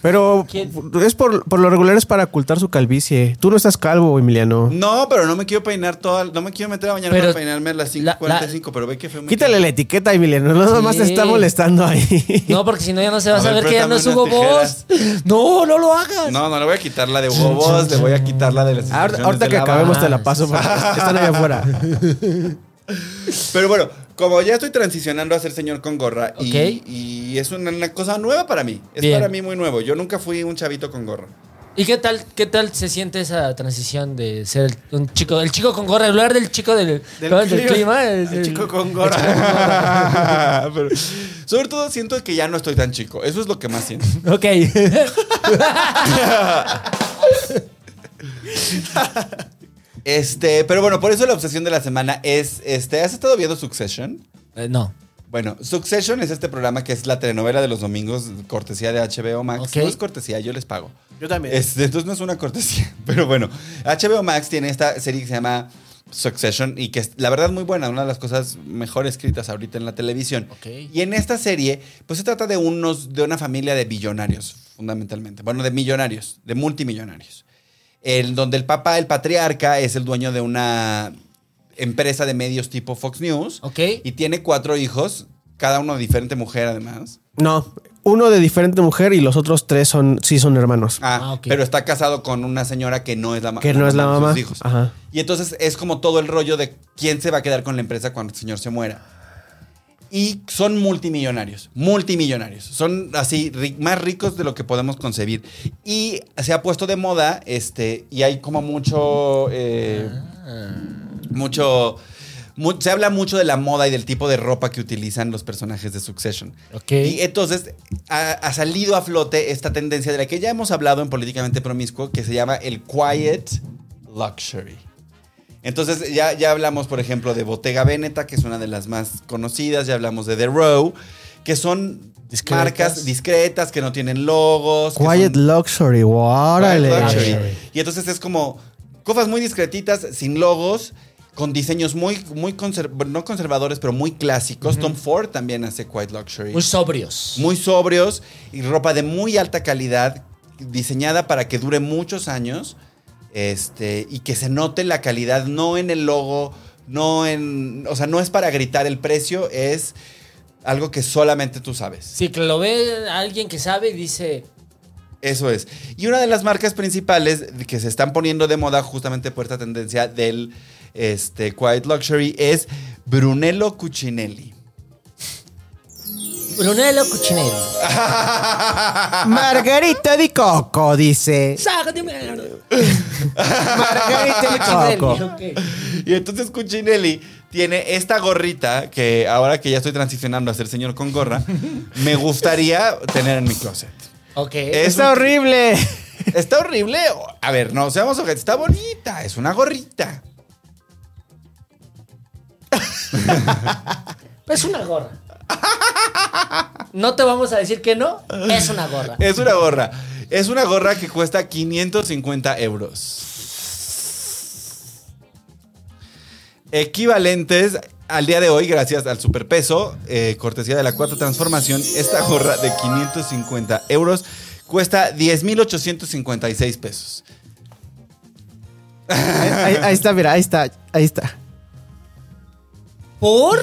Pero ¿Quién? es por, por lo regular es para ocultar su calvicie. Tú no estás calvo, Emiliano. No, pero no me quiero peinar toda. No me quiero meter a bañar Pero para peinarme a las la- 5.45, pero ve que fue muy. Quítale la etiqueta, Emiliano. No, nada más te está Sí. molestando ahí. No, porque si no ya no se va a, A ver, saber que ya no es préstame Hugo unas Boss. No, no lo hagas. No, no, le voy a quitar la de Hugo Boss, le voy a quitar la de las Ahorita, instrucciones ahorita de que la acabemos barra. te la paso. porque Están allá afuera. Pero bueno, como ya estoy transicionando a ser señor con gorra y- Ok. y, es una, una cosa nueva para mí. Es Bien. para mí muy nuevo. Yo nunca fui un chavito con gorra. ¿Y qué tal, qué tal se siente esa transición de ser el- un chico, el chico con gorra, en lugar del chico del, del clima? es El, chico con gorra. Pero, sobre todo siento que ya no estoy tan chico. Eso es lo que más siento. Ok. Eh, Este, pero bueno, por eso la obsesión de la semana es este, ¿has estado viendo Succession? Eh, no. Bueno, Succession es este programa que es la telenovela de los domingos, cortesía de HBO Max. Ok. No es cortesía, yo les pago. Yo también. Este, entonces no es una cortesía. Pero bueno, HBO Max tiene esta serie que se llama Succession y que es la verdad muy buena, una de las cosas mejor escritas ahorita en la televisión. Ok. Y en esta serie, pues se trata de unos, de una familia de billonarios, fundamentalmente. Bueno, de millonarios, de multimillonarios. El, donde el papá, el patriarca, es el dueño de una empresa de medios tipo Fox News. Ok. Y tiene cuatro hijos, cada uno de diferente mujer además. No, uno de diferente mujer y los otros tres son sí son hermanos. Ah, Ah, ok. pero está casado con una señora que no es la, ma- Que no es la de mamá. sus hijos. Ajá. Y entonces es como todo el rollo de quién se va a quedar con la empresa cuando el señor se muera. Y son multimillonarios, multimillonarios. Son así ri- más ricos de lo que podemos concebir. Y se ha puesto de moda, este, y hay como mucho, eh, mucho, mu- se habla mucho de la moda y del tipo de ropa que utilizan los personajes de Succession. Ok. Y entonces ha, ha salido a flote esta tendencia de la que ya hemos hablado en Políticamente Promiscuo, que se llama el Quiet Luxury. Entonces ya, ya hablamos, por ejemplo, de Bottega Veneta, que es una de las más conocidas, ya hablamos de The Row, que son Discretas. marcas discretas, que no tienen logos. que Quiet son- Luxury, órale. Quiet Luxury. Luxury. Y entonces es como cosas muy discretitas, sin logos, con diseños muy, muy conser- no conservadores, pero muy clásicos. Tom Ford también hace Quiet Luxury Pues Muy sobrios. muy sobrios y ropa de muy alta calidad, diseñada para que dure muchos años este, y que se note la calidad, no en el logo, no en. O sea, no es para gritar el precio, es algo que solamente tú sabes. Sí, que lo ve alguien que sabe y dice, Eso es. Y una de las marcas principales que se están poniendo de moda justamente por esta tendencia del este, Quiet Luxury es Brunello Cucinelli. Brunello Cucinelli. Margarita di Coco, dice. Sácate, mierda. Margarita di Coco. Cucinelli, ok. Y entonces Cuccinelli tiene esta gorrita que ahora que ya estoy transicionando a ser señor con gorra, me gustaría tener en mi closet. Ok. Es Está un- horrible. Está horrible. A ver, no, seamos objetos. Está bonita, es una gorrita. Es una gorra. No te vamos a decir que no, es una gorra. Es una gorra. Es una gorra que cuesta 550 euros. Equivalentes al día de hoy, gracias al superpeso, eh, cortesía de la cuarta transformación, esta gorra de 550 euros cuesta 10,856 pesos. Ahí, ahí está, mira, ahí está, ahí está. ¿Por?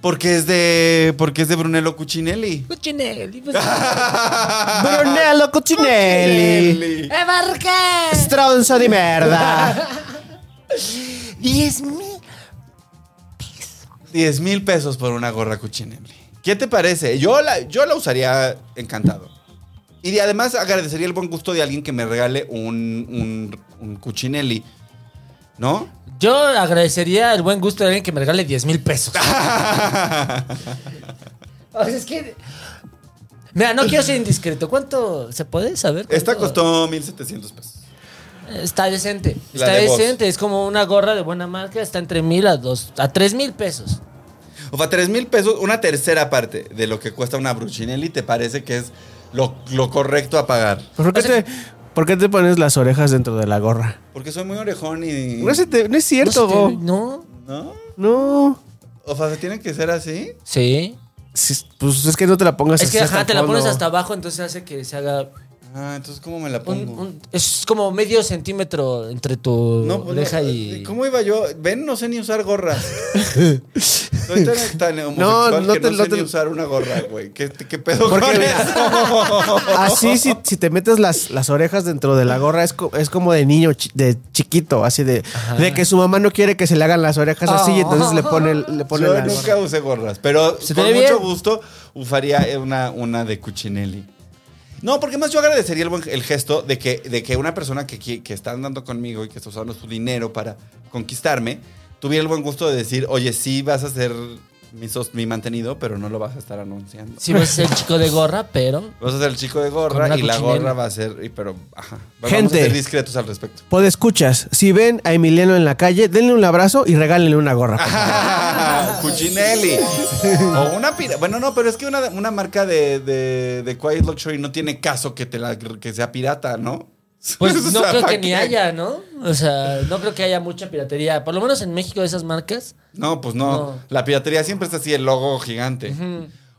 Porque es de. Porque es de Brunello Cucinelli. Cucinelli. Pues, Brunello Cucinelli. Cucinelli. ¡Eh, Barca! Stronzo de merda. ¡Diez mil! 10 mil pesos por una gorra Cucinelli. ¿Qué te parece? Yo la, yo la usaría encantado. Y de- además agradecería el buen gusto de alguien que me regale un, un, un Cucinelli. ¿No? Yo agradecería el buen gusto de alguien que me regale diez mil pesos. O sea, es que. Mira, no quiero ser indiscreto. ¿Cuánto se puede saber? Esta ¿Cuánto? costó 1,700 pesos. Está decente. La Está de Boss. decente. Es como una gorra de buena marca. Está entre mil a dos. A tres mil pesos. O sea, 3 mil pesos, una tercera parte de lo que cuesta una Brucinelli, ¿te parece que es lo, lo correcto a pagar. ¿Por qué, te, por qué te pones las orejas dentro de la gorra? Porque soy muy orejón y. No, se te- no es cierto, no, Go. se te- ¿no? ¿No? No. O sea, ¿se tiene que ser así? Sí. Sí, Pues es que no te la pongas Es que así ajá, hasta te la el pones fondo. hasta abajo, entonces hace que se haga Ah, entonces, ¿cómo me la un, pongo? un- es como medio centímetro entre tu No, pues, oreja no, y ¿Cómo iba yo? Ven, no sé ni usar gorras. Soy tan, tan homosexual no que te- no no sé te- ni usar una gorra, güey. ¿Qué, qué pedo Porque- con eso? Así, Ah, si, si te metes las, las orejas dentro de la gorra, es, co- es como de niño, chi- de chiquito, así de, de que su mamá no quiere que se le hagan las orejas así, y entonces le pone, le pone Yo la nunca usé gorras, pero Se te con ve mucho bien. gusto usaría una, una de Cuccinelli. No, porque más yo agradecería el, buen- el gesto de que, de que una persona que, qui- que está andando conmigo y que está usando su dinero para conquistarme, tuviera el buen gusto de decir, oye, sí vas a ser mi, sos- mi mantenido, pero no lo vas a estar anunciando. si ves el chico de gorra, pero Vas a ser el chico de Con gorra una y la Cuccinelli. gorra va a ser, y pero, ajá. Vamos a Gente. ser discretos al respecto. escuchas, si ven a Emiliano en la calle, denle un abrazo y regálenle una gorra. Cuccinelli. o una pira. Bueno, no, pero es que una, una marca de, de, de Quiet Luxury no tiene caso que, te la, que sea pirata, ¿no? O pues no sea, creo ¿pa' que ni qué? haya, ¿no? O sea, no creo que haya mucha piratería, por lo menos en México de esas marcas. No, pues no. No. La piratería siempre está así, el logo gigante.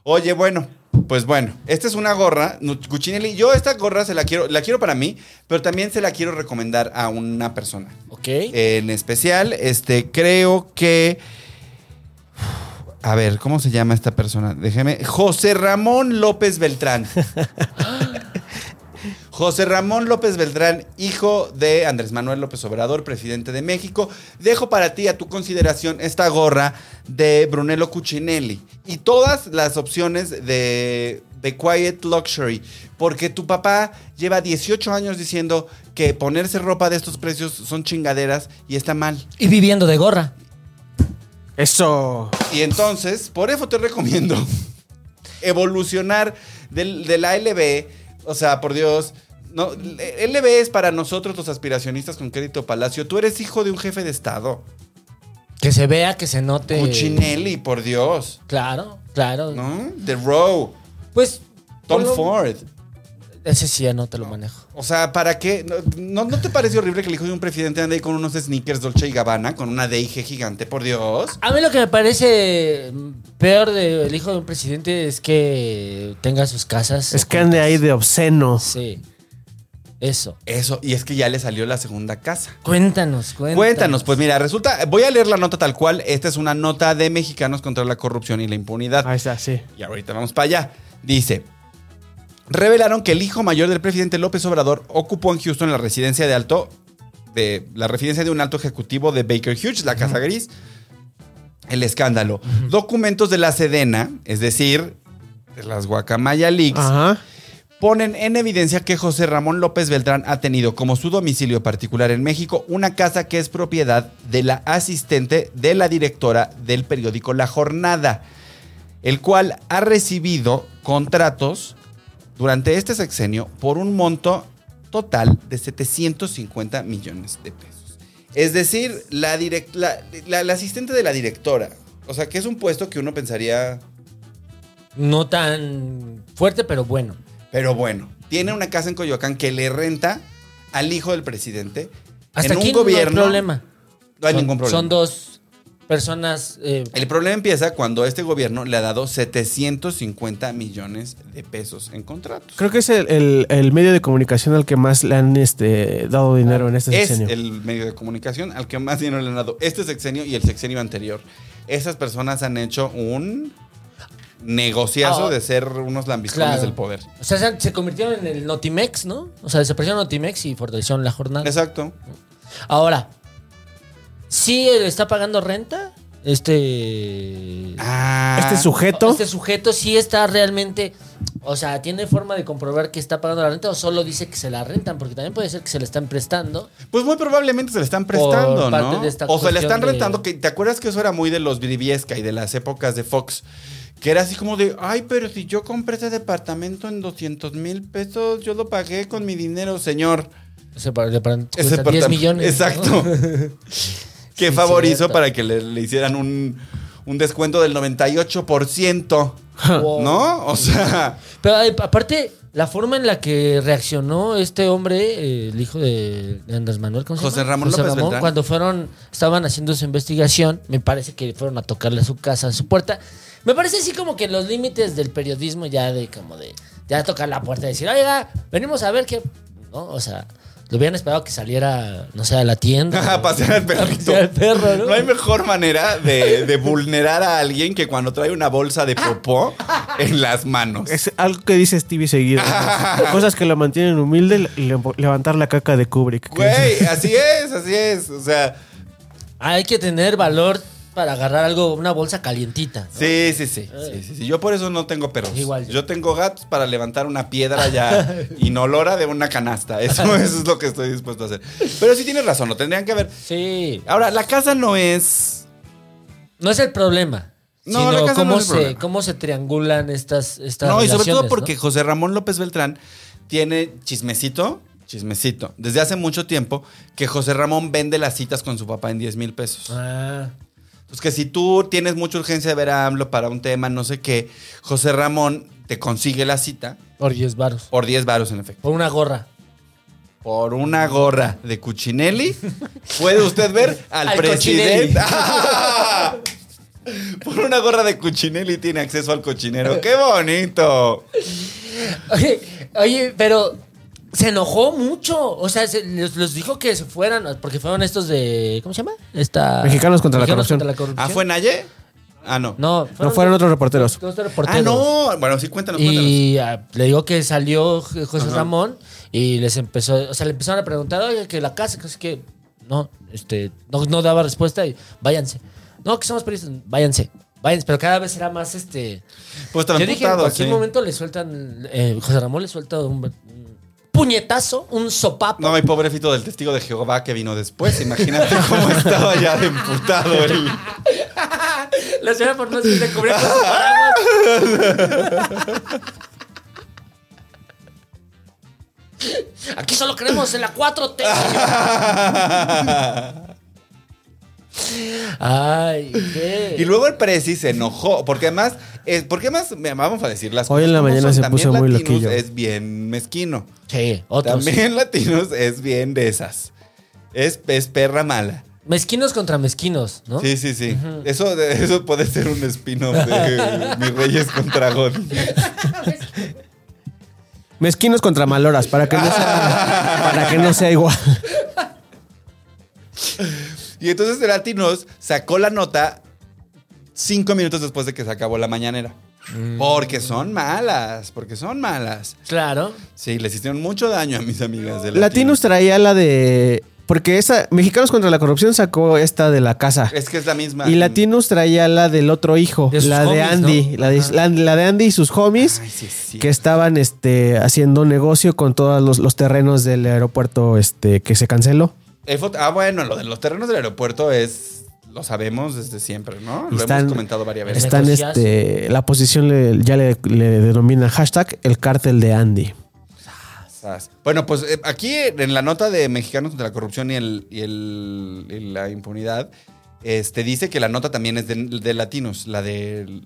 Oye, bueno. Pues bueno, esta es una gorra, no, Cuccinelli. Yo esta gorra se la quiero, la quiero para mí, pero también se la quiero recomendar a una persona. Ok. En especial, este, creo que. A ver, ¿cómo se llama esta persona? Déjeme. José Ramón López Beltrán. José Ramón López Beltrán, hijo de Andrés Manuel López Obrador, presidente de México. Dejo para ti a tu consideración esta gorra de Brunello Cucinelli y todas las opciones de, de Quiet Luxury, porque tu papá lleva 18 años diciendo que ponerse ropa de estos precios son chingaderas y está mal. Y viviendo de gorra. Eso. Y entonces, por eso te recomiendo evolucionar del- de la LB. O sea, por Dios. No, L- LB es para nosotros los aspiracionistas con crédito palacio. Tú eres hijo de un jefe de Estado. Que se vea, que se note. Cuccinelli, por Dios. Claro, claro. ¿No? The Row. Pues Tom ponlo- Ford. Ese sí ya no te lo manejo. O sea, ¿para qué? ¿No, no, no te parece horrible que el hijo de un presidente ande ahí con unos sneakers Dolce y Gabbana, con una DIG gigante, por Dios? A mí lo que me parece peor del hijo de un presidente es que tenga sus casas. Es que ande ahí de obsceno. Sí. Eso. Eso, y es que ya le salió la segunda casa. Cuéntanos, cuéntanos. Cuéntanos, pues mira, resulta, voy a leer la nota tal cual. Esta es una nota de mexicanos contra la corrupción y la impunidad. Ahí está, sí. Y ahorita vamos para allá. Dice, revelaron que el hijo mayor del presidente López Obrador ocupó en Houston la residencia de alto, de la residencia de un alto ejecutivo de Baker Hughes, la Casa Gris. El escándalo. Documentos de la Sedena, es decir, de las Guacamaya Leaks, Ajá. ponen en evidencia que José Ramón López Beltrán ha tenido como su domicilio particular en México una casa que es propiedad de la asistente de la directora del periódico La Jornada, el cual ha recibido contratos durante este sexenio por un monto total de 750 millones de pesos. Es decir, la, direc- la- la- la asistente de la directora, o sea, que es un puesto que uno pensaría... No tan fuerte, pero bueno. Pero bueno, tiene una casa en Coyoacán que le renta al hijo del presidente. Hasta en aquí un gobierno. no hay problema. No hay Son- ningún problema. Son dos personas. eh, El problema empieza cuando este gobierno le ha dado 750 millones de pesos en contratos. Creo que es el, el- el medio de comunicación al que más le han este, dado dinero en este es sexenio. el medio de comunicación al que más dinero le han dado este sexenio y el sexenio anterior. Esas personas han hecho un negociazo Ah, de ser unos lambiscones claro. del poder. o sea, se- se convirtieron en el Notimex, ¿no? O sea, desaparecieron Notimex y fortalecieron la jornada. Exacto. Ahora, ¿sí él está pagando renta? Este. Ah, Este sujeto. Este sujeto sí está realmente. O sea, ¿tiene forma de comprobar que está pagando la renta o solo dice que se la rentan? Porque también puede ser que se la están prestando. Pues muy probablemente se le están prestando, Por parte ¿no? de esta O se le están cuestión de- rentando. Que, ¿Te acuerdas que eso era muy de los Briviesca y de las épocas de Fox? Que era así como de, ay, pero si yo compré ese departamento en 200 mil pesos, yo lo pagué con mi dinero, señor. O sea, para, le para- Ese cuesta 10 departamento- millones. ¿no? Exacto. que Sí, favorizo cierto. para que le, le hicieran un, un descuento del 98%. ¿No? O sea, Pero eh, aparte, la forma en la que reaccionó este hombre, eh, el hijo de de Andrés Manuel, ¿cómo se José llama? Ramón López Beltrán. cuando fueron, estaban haciendo su investigación, me parece que fueron a tocarle a su casa, a su puerta. Me parece así como que los límites del periodismo ya de como de ya tocar la puerta y decir, oiga, venimos a ver qué, ¿no? O sea, lo hubieran esperado que saliera, no sé, a la tienda. a pasear al perrito. pasear al perro, ¿no? ¿no? hay mejor manera de, de vulnerar a alguien que cuando trae una bolsa de popó en las manos. Es algo que dice Stevie seguido. Cosas que lo mantienen humilde, le- levantar la caca de Kubrick. Güey, así es, así es. O sea, Hay que tener valor para agarrar algo, una bolsa calientita. ¿no? sí, sí, sí, sí, sí, sí. Yo por eso no tengo perros. Igual yo. yo. tengo gatos para levantar una piedra ya inolora de una canasta. Eso, eso es lo que estoy dispuesto a hacer. Pero sí tienes razón, lo tendrían que ver. Sí. Ahora, la casa no es. No es el problema. No, sino la casa cómo no es el se, problema. cómo se triangulan estas, estas No, y sobre relaciones, todo ¿no? porque José Ramón López Beltrán tiene chismecito, chismecito, desde hace mucho tiempo que José Ramón vende las citas con su papá en 10 mil pesos. Ah, Entonces, Pues que si tú tienes mucha urgencia de ver a AMLO para un tema, no sé qué, José Ramón te consigue la cita por 10 varos. por 10 varos en efecto. Por una gorra. Por una gorra de Cuchinelli, puede usted ver al, Al presidente. Por una gorra de Cuchinelli tiene acceso al cochinero. ¡Qué bonito! Oye, oye, pero se enojó mucho. O sea, se- les, les dijo que se fueran, porque fueron estos de. ¿Cómo se llama? Esta, Mexicanos contra la corrupción. ¿Ah, fue Naye? Ah, no. No, No fueron otros reporteros. dos Ah, reporteros. no. Bueno, sí, cuéntanos, cuéntanos. Y ah, le digo que salió José Ramón y les empezó, o sea, le empezaron a preguntar, oye, que la casa, que es que no, este, no, no daba respuesta y váyanse. No, que somos periodistas, váyanse, váyanse, pero cada vez era más este. Pues Yo estaba dije, en emputado, cualquier sí. momento le sueltan, eh, José Ramón le suelta un, un puñetazo, un sopapo. No, mi pobre fito del testigo de Jehová que vino después. Imagínate cómo estaba ya de emputado él. La señora por no se cubría con su paraguas. Aquí solo creemos en la 4T. Ay, qué. Y luego el Prezi se enojó, porque además, eh, porque además, me- vamos a decir las Hoy en la como mañana se puso muy Latinus loquillo. Es bien mezquino. Sí, otros. También Latinos es bien de esas. Es, es perra mala. Mezquinos contra mezquinos, ¿no? Sí, sí, sí. Eso de- eso puede ser un spin-off de Mis Reyes contra Godín. Mezquinos contra maloras, para que no sea, para que no sea igual. Y entonces el Latinos sacó la nota cinco minutos después de que se acabó la mañanera. Mm. Porque son malas, porque son malas. Claro. Sí, les hicieron mucho daño a mis amigas de Latinos traía la de. Porque esa. Mexicanos contra la corrupción sacó esta de la casa. Es que es la misma. Y Latinus traía la del otro hijo, De sus la de homies, Andy, ¿no? la, de, Ajá. la- la de Andy y sus homies Ay, sí, sí. que estaban este, haciendo negocio con todos los, los terrenos del aeropuerto este, que se canceló. Eh, fot- Ah, bueno, lo de los terrenos del aeropuerto es. Lo sabemos desde siempre, ¿no? Y Lo están- hemos comentado varias veces. Están Negociazo. este, la posición le- ya le, le denomina hashtag el cártel de Andy. Bueno, pues eh, aquí en la nota de Mexicanos contra la corrupción y, el, y el- y la impunidad, este, dice que la nota también es de, de latinos, la de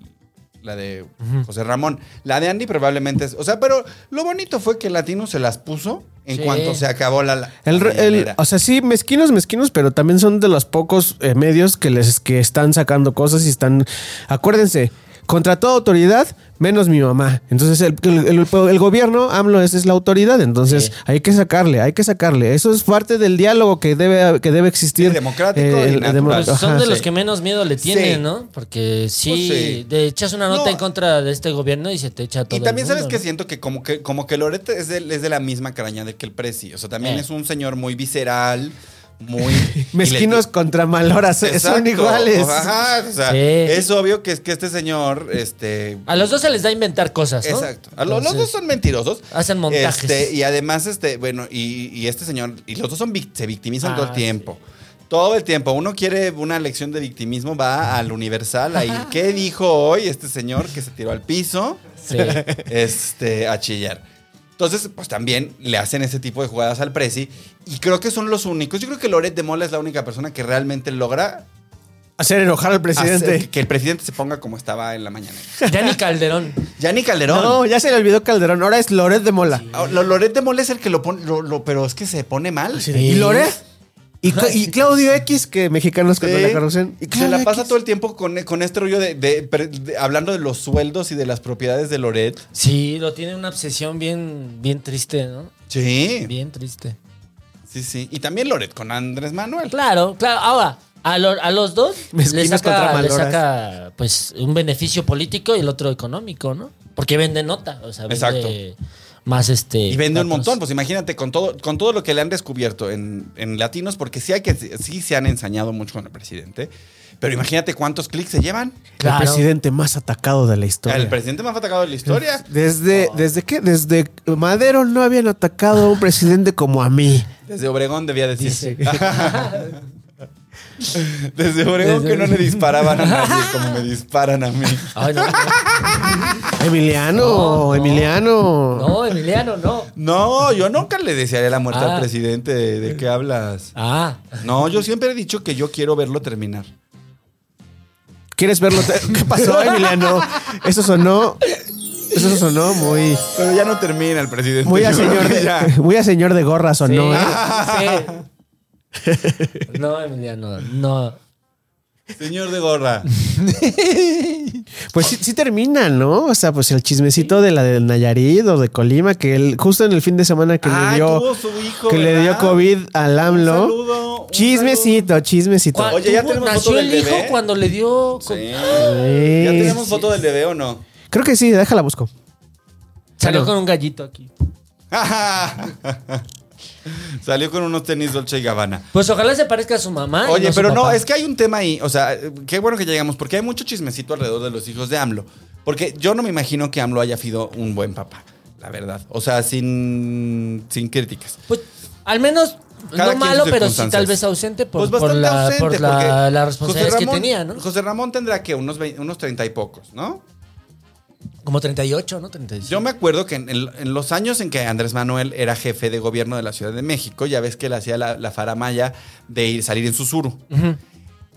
la de José Ramón. La de Andy probablemente es. O sea, pero lo bonito fue que Latinos se las puso en Sí. cuanto se acabó la. la El, re- el- mañanera. o sea, sí, mezquinos, mezquinos, pero también son de los pocos eh, medios que les que están sacando cosas y están. Acuérdense, contra toda autoridad, menos mi mamá. Entonces, el, el- el- el gobierno, AMLO, es, es la autoridad. Entonces, Sí. hay que sacarle, hay que sacarle. Eso es parte del diálogo que debe, que debe existir. eh, Sí, democrático y el- natural. demo- Pues son ajá. de sí. los que menos miedo le tienen, Sí. ¿no? Porque sí, Pues sí. de echas una nota No. en contra de este gobierno y se te echa todo. Y el también sabes mundo, que ¿no? siento que como que como que Loret es de, es de la misma caraña de que el Prezi. O sea, también Eh. es un señor muy visceral, muy... Mezquinos contra maloras, eh, son Exacto. iguales. Ajá, o sea, Sí. es obvio que, es que este señor, este... A los dos se les da a inventar cosas, ¿no? Exacto. A lo- los Entonces, dos son mentirosos. hacen montajes. Este, y además, este, bueno, y, y este señor, y los dos son vic- se victimizan Ah, todo el tiempo. Todo el tiempo. Uno quiere una lección de victimismo, va al Universal, ahí. ¿Qué dijo hoy este señor que se tiró al piso? Sí. este, a chillar. Entonces, pues también le hacen ese tipo de jugadas al Prezi y creo que son los únicos. Yo creo que Loret de Mola es la única persona que realmente logra Hacer enojar al presidente. Hacer que el presidente se ponga como estaba en la mañana. Ya ni Calderón. Ya ni Calderón. No, ya se le olvidó Calderón. Ahora es Loret de Mola. Ah, Lo, Loret de Mola es el que lo pone, lo- lo- pero es que se pone mal. Sí. ¿Y Loret? Y, Cla- y Claudio X, que mexicanos Sí. contra la corrupción. Y se Claudio la pasa X. todo el tiempo con, con este rollo de, de- pre- de- hablando de los sueldos y de las propiedades de Loret. Sí, lo tiene una obsesión bien, bien triste, ¿no? Sí. Bien triste. Sí, sí. Y también Loret con Andrés Manuel. Claro, claro. Ahora, a, lo- a los dos le Mezquinos contra saca, le maloras. saca, pues un beneficio político y el otro económico, ¿no? Porque vende nota, o sea, vende Exacto. más este. Y vende un datos. montón, pues imagínate, con todo, con todo lo que le han descubierto en, en latinos, porque sí hay que sí se han ensañado mucho con el presidente. Pero imagínate cuántos clics se llevan. Claro. El presidente más atacado de la historia. El Oh. presidente más atacado de la historia. Desde, ¿Desde qué? Desde Madero no habían atacado a un presidente como a mí. Desde Obregón debía decir. Desde Obregón que no le disparaban a nadie como me disparan a mí. Ay, no, Emiliano, No, no. Emiliano. no, no, Emiliano, no. No, yo nunca le desearía la muerte Ah. al presidente. ¿De, de qué hablas? Ah, No, yo siempre he dicho que yo quiero verlo terminar. ¿Quieres verlo? ¿Qué pasó, Emiliano? Eso sonó. Eso sonó muy. Pero ya no termina el presidente. Muy a Yo creo señor que de, ya. muy a señor de gorra sí, sonó, ¿eh? sí. No, Emiliano, no. Señor de gorra. Pues sí, sí termina, ¿no? O sea, pues el chismecito de la de Nayarit o de Colima, que él, justo en el fin de semana que Ah, le dio. tuvo su hijo, que le dio ¿verdad? COVID al AMLO. Un saludo, un chismecito, chismecito. ¿Cuál- Oye, ya tuvo- tenemos nació foto el del hijo bebé. cuando le dio. co- Sí. Sí. ¿Ya tenemos foto del bebé o no? Creo que sí, déjala busco. Salió con un gallito aquí. Salió con unos tenis Dolce y Gabbana. Pues ojalá se parezca a su mamá. y Oye, a su pero no, papá. es que hay un tema ahí. O sea, qué bueno que llegamos, porque hay mucho chismecito alrededor de los hijos de AMLO. Porque yo no me imagino que AMLO haya sido un buen papá, la verdad. O sea, sin, sin críticas. Pues al menos, Cada quien no malo, sus pero sí circunstancias. tal vez ausente por, Pues por bastante la, ausente, por la- porque las José responsabilidades que Ramón- tenía, ¿no? José Ramón tendrá que unos, vein- unos 30 y pocos, ¿no? Como 38, ¿no? 37. Yo me acuerdo que en, el- en los años en que Andrés Manuel era jefe de gobierno de la Ciudad de México, ya ves que él hacía la, la faramaya de ir, salir en Susuru.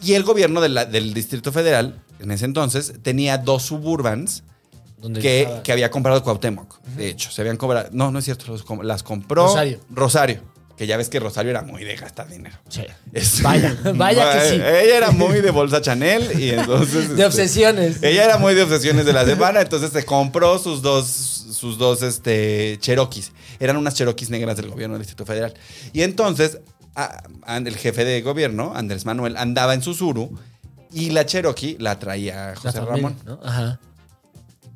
Y el gobierno de la- del Distrito Federal, en ese entonces, tenía dos suburbans Donde que, estaba. que había comprado Cuauhtémoc. De hecho, se habían cobrado. No, no es cierto, los com- las compró Rosario. Rosario, Que ya ves que Rosario era muy de gastar dinero. Sí. Es- Vaya, vaya que sí. Ella era muy de bolsa Chanel y entonces. este, De obsesiones. Ella era muy de obsesiones de la semana, entonces se compró sus dos, sus dos este, Cherokees. Eran unas Cherokees negras del gobierno del Distrito Federal. Y entonces a- a- el jefe de gobierno, Andrés Manuel, andaba en Susuru y la Cherokee la traía La José familia, Ramón. ¿no? Ajá.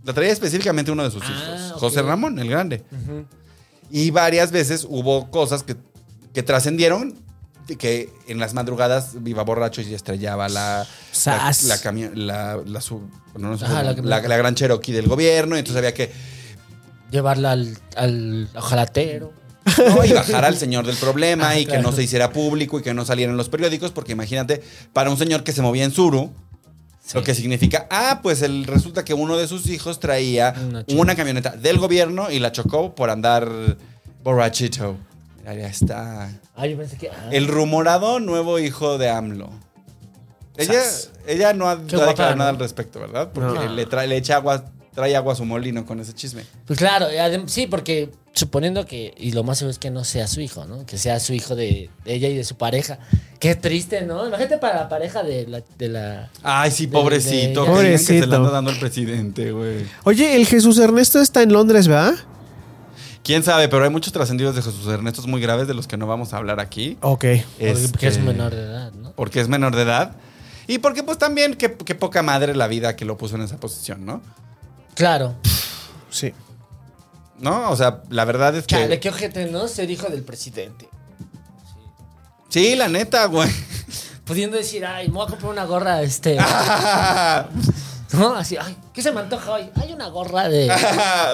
La traía específicamente uno de sus Ah, hijos, ok. José Ramón, el grande. Y varias veces hubo cosas que, que trascendieron, de que en las madrugadas iba borracho y estrellaba la... La, Sas. la, cami- la- la sub- no, no es Ajá, sub- la- la- la gran Cherokee del gobierno, y entonces había que Llevarla al, al ojalatero. ¿no? y bajar al señor del problema Ah, y que claro. no se hiciera público y que no salieran los periódicos, porque imagínate, para un señor que se movía en Suru, lo que significa, ah, pues el, resulta que uno de sus hijos traía Una una, choca. camioneta del gobierno y la chocó por andar borrachito. Mira, ya está. Ah, yo pensé que. ah, El rumorado nuevo hijo de AMLO. Ella, ella no ha, no ha guapa, declarado nada ¿no? al respecto, ¿verdad? Porque No. le, trae- le echa agua, trae agua a su molino con ese chisme. Pues claro, y adem- sí, porque suponiendo que. Y lo más seguro es que no sea su hijo, ¿no? Que sea su hijo de, de ella y de su pareja. Qué triste, ¿no? Imagínate para la pareja de la. De la Ay, sí, De- pobrecito. de- que digan Que se Pobrecito. la anda dando el presidente, güey. Oye, el Jesús Ernesto está en Londres, ¿verdad? Quién sabe, pero hay muchos trascendidos de Jesús Ernesto muy graves de los que no vamos a hablar aquí. Ok. porque- Porque es Este, menor de edad, ¿no? Porque es menor de edad. Y porque, pues también, qué, qué poca madre la vida que lo puso en esa posición, ¿no? Claro. Sí. ¿No? O sea, la verdad es que. Chale, qué ojete, ¿no? Ser hijo del presidente. Sí, la neta, güey. Pudiendo decir, ay, me voy a comprar una gorra, este. ¿No? Así, ay, ¿qué se me antoja hoy? Hay una gorra de.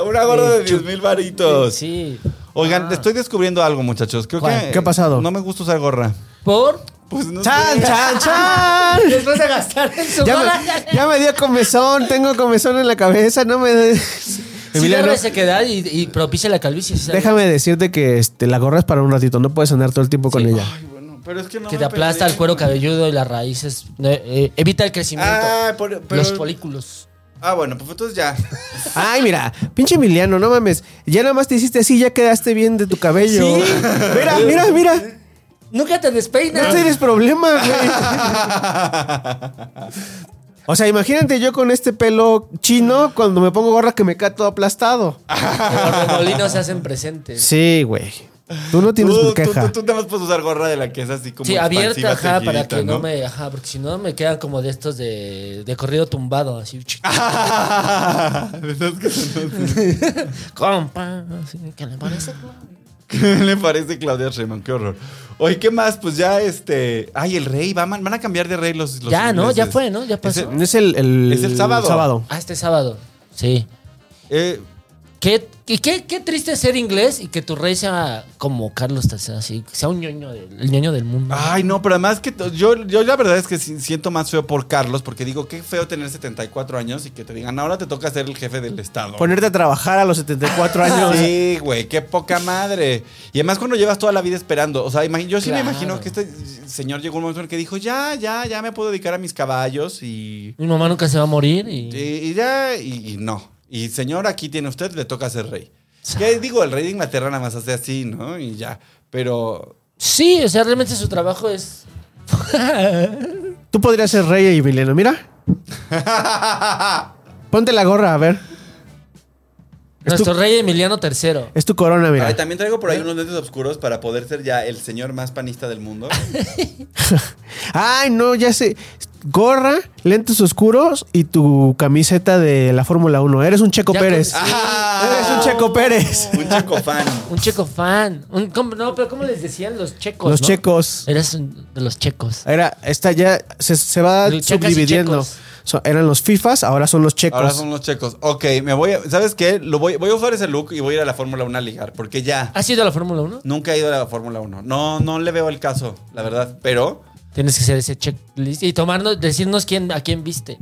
Una gorra de Sí, 10 mil varitos. Sí. Oigan, Ah. estoy descubriendo algo, muchachos. Creo ¿Cuál? que. ¿Qué ha pasado? No me gusta usar gorra. Por. Pues no ¡Chan, sé. chan, chan! Después de gastar en su Ya gorra. me, ya me dio comezón, tengo comezón en la cabeza, no me... des- Sí, Emiliano, la resequedad y, y propicia la calvicie. sí, ¿sabes? déjame decirte que este, la gorra es para un ratito, no puedes andar todo el tiempo con ella. Ay, bueno, Pero es que no que me te aplasta peleé. el cuero cabelludo y las raíces. eh, eh, evita el crecimiento. Ah, por- pero- los folículos. Ah, bueno, pues entonces ya. Ay, mira, pinche Emiliano, no mames. Ya nada más te hiciste así, ya quedaste bien de tu cabello. Mira, mira, mira. Nunca te No despeinas. tienes problema, güey. O sea, imagínate yo con este pelo chino cuando me pongo gorra que me cae todo aplastado. Los remolinos se hacen presentes. Sí, güey. Tú no tienes tú, mi queja. Tú, tú, tú nada más puedes usar gorra de la que es así como. Sí, abierta, expansiva, ajá, para tejidita, que ¿no? me. Ajá, porque si no me quedan como de estos de, de corrido tumbado, así. De esas que son- Compa, así, ¿qué le parece? ¿Qué le parece Claudia Sheinbaum? Qué horror. Oye, ¿qué más? Pues ya este. Ay, el rey. Van, van a cambiar de rey los. los Ya, ¿no? Ya ingleses. fue, ¿no? Ya pasó. Es el, el- Es el sábado. Ah, este sábado. Sí. Eh, Qué, qué, qué- qué triste ser inglés y que tu rey sea como Carlos III, así, que sea un ñoño del, el ñoño del mundo. Ay, no, pero además que to- yo, yo la verdad es que si- siento más feo por Carlos, porque digo, qué feo tener 74 años y que te digan, ahora te toca ser el jefe del Estado. Ponerte a trabajar a los 74 años. Sí, güey, qué poca madre. Y además cuando llevas toda la vida esperando, o sea, imagi- yo sí me Claro. imagino que este señor llegó un momento en el que dijo, ya, ya, ya me puedo dedicar a mis caballos y, Mi mamá nunca se va a morir y. y, y ya, y, y no. Y señor, aquí tiene usted, le toca ser rey. Que digo, el rey de Inglaterra nada más hace así, ¿no? Y ya, pero... Sí, o sea, realmente su trabajo es. Tú podrías ser rey y Emiliano, mira. Ponte la gorra, a ver. Nuestro rey Emiliano III. Es tu corona, mira. Ay, también traigo por ahí unos lentes oscuros para poder ser ya el señor más panista del mundo. Ay, no, ya sé. Gorra, lentes oscuros y tu camiseta de la Fórmula 1. Eres un Checo Ya con- Pérez. Ah. Eres un Checo Pérez. Un checo fan. Un checo fan. Un- ¿cómo- no, pero ¿cómo les decían los checos? Los no? checos. Eras un- de los checos. Era, esta ya se, se va Checas y subdividiendo. checos. So- eran los FIFAs, ahora son los checos. Ahora son los checos. Ok, me voy a, ¿Sabes qué? Lo voy, voy a usar ese look y voy a ir a la Fórmula 1 a ligar. Porque ya. ¿Has ido a la Fórmula 1? Nunca he ido a la Fórmula 1. No, no le veo el caso, la verdad. Pero. Tienes que hacer ese checklist y tomarnos, decirnos quién, a quién viste.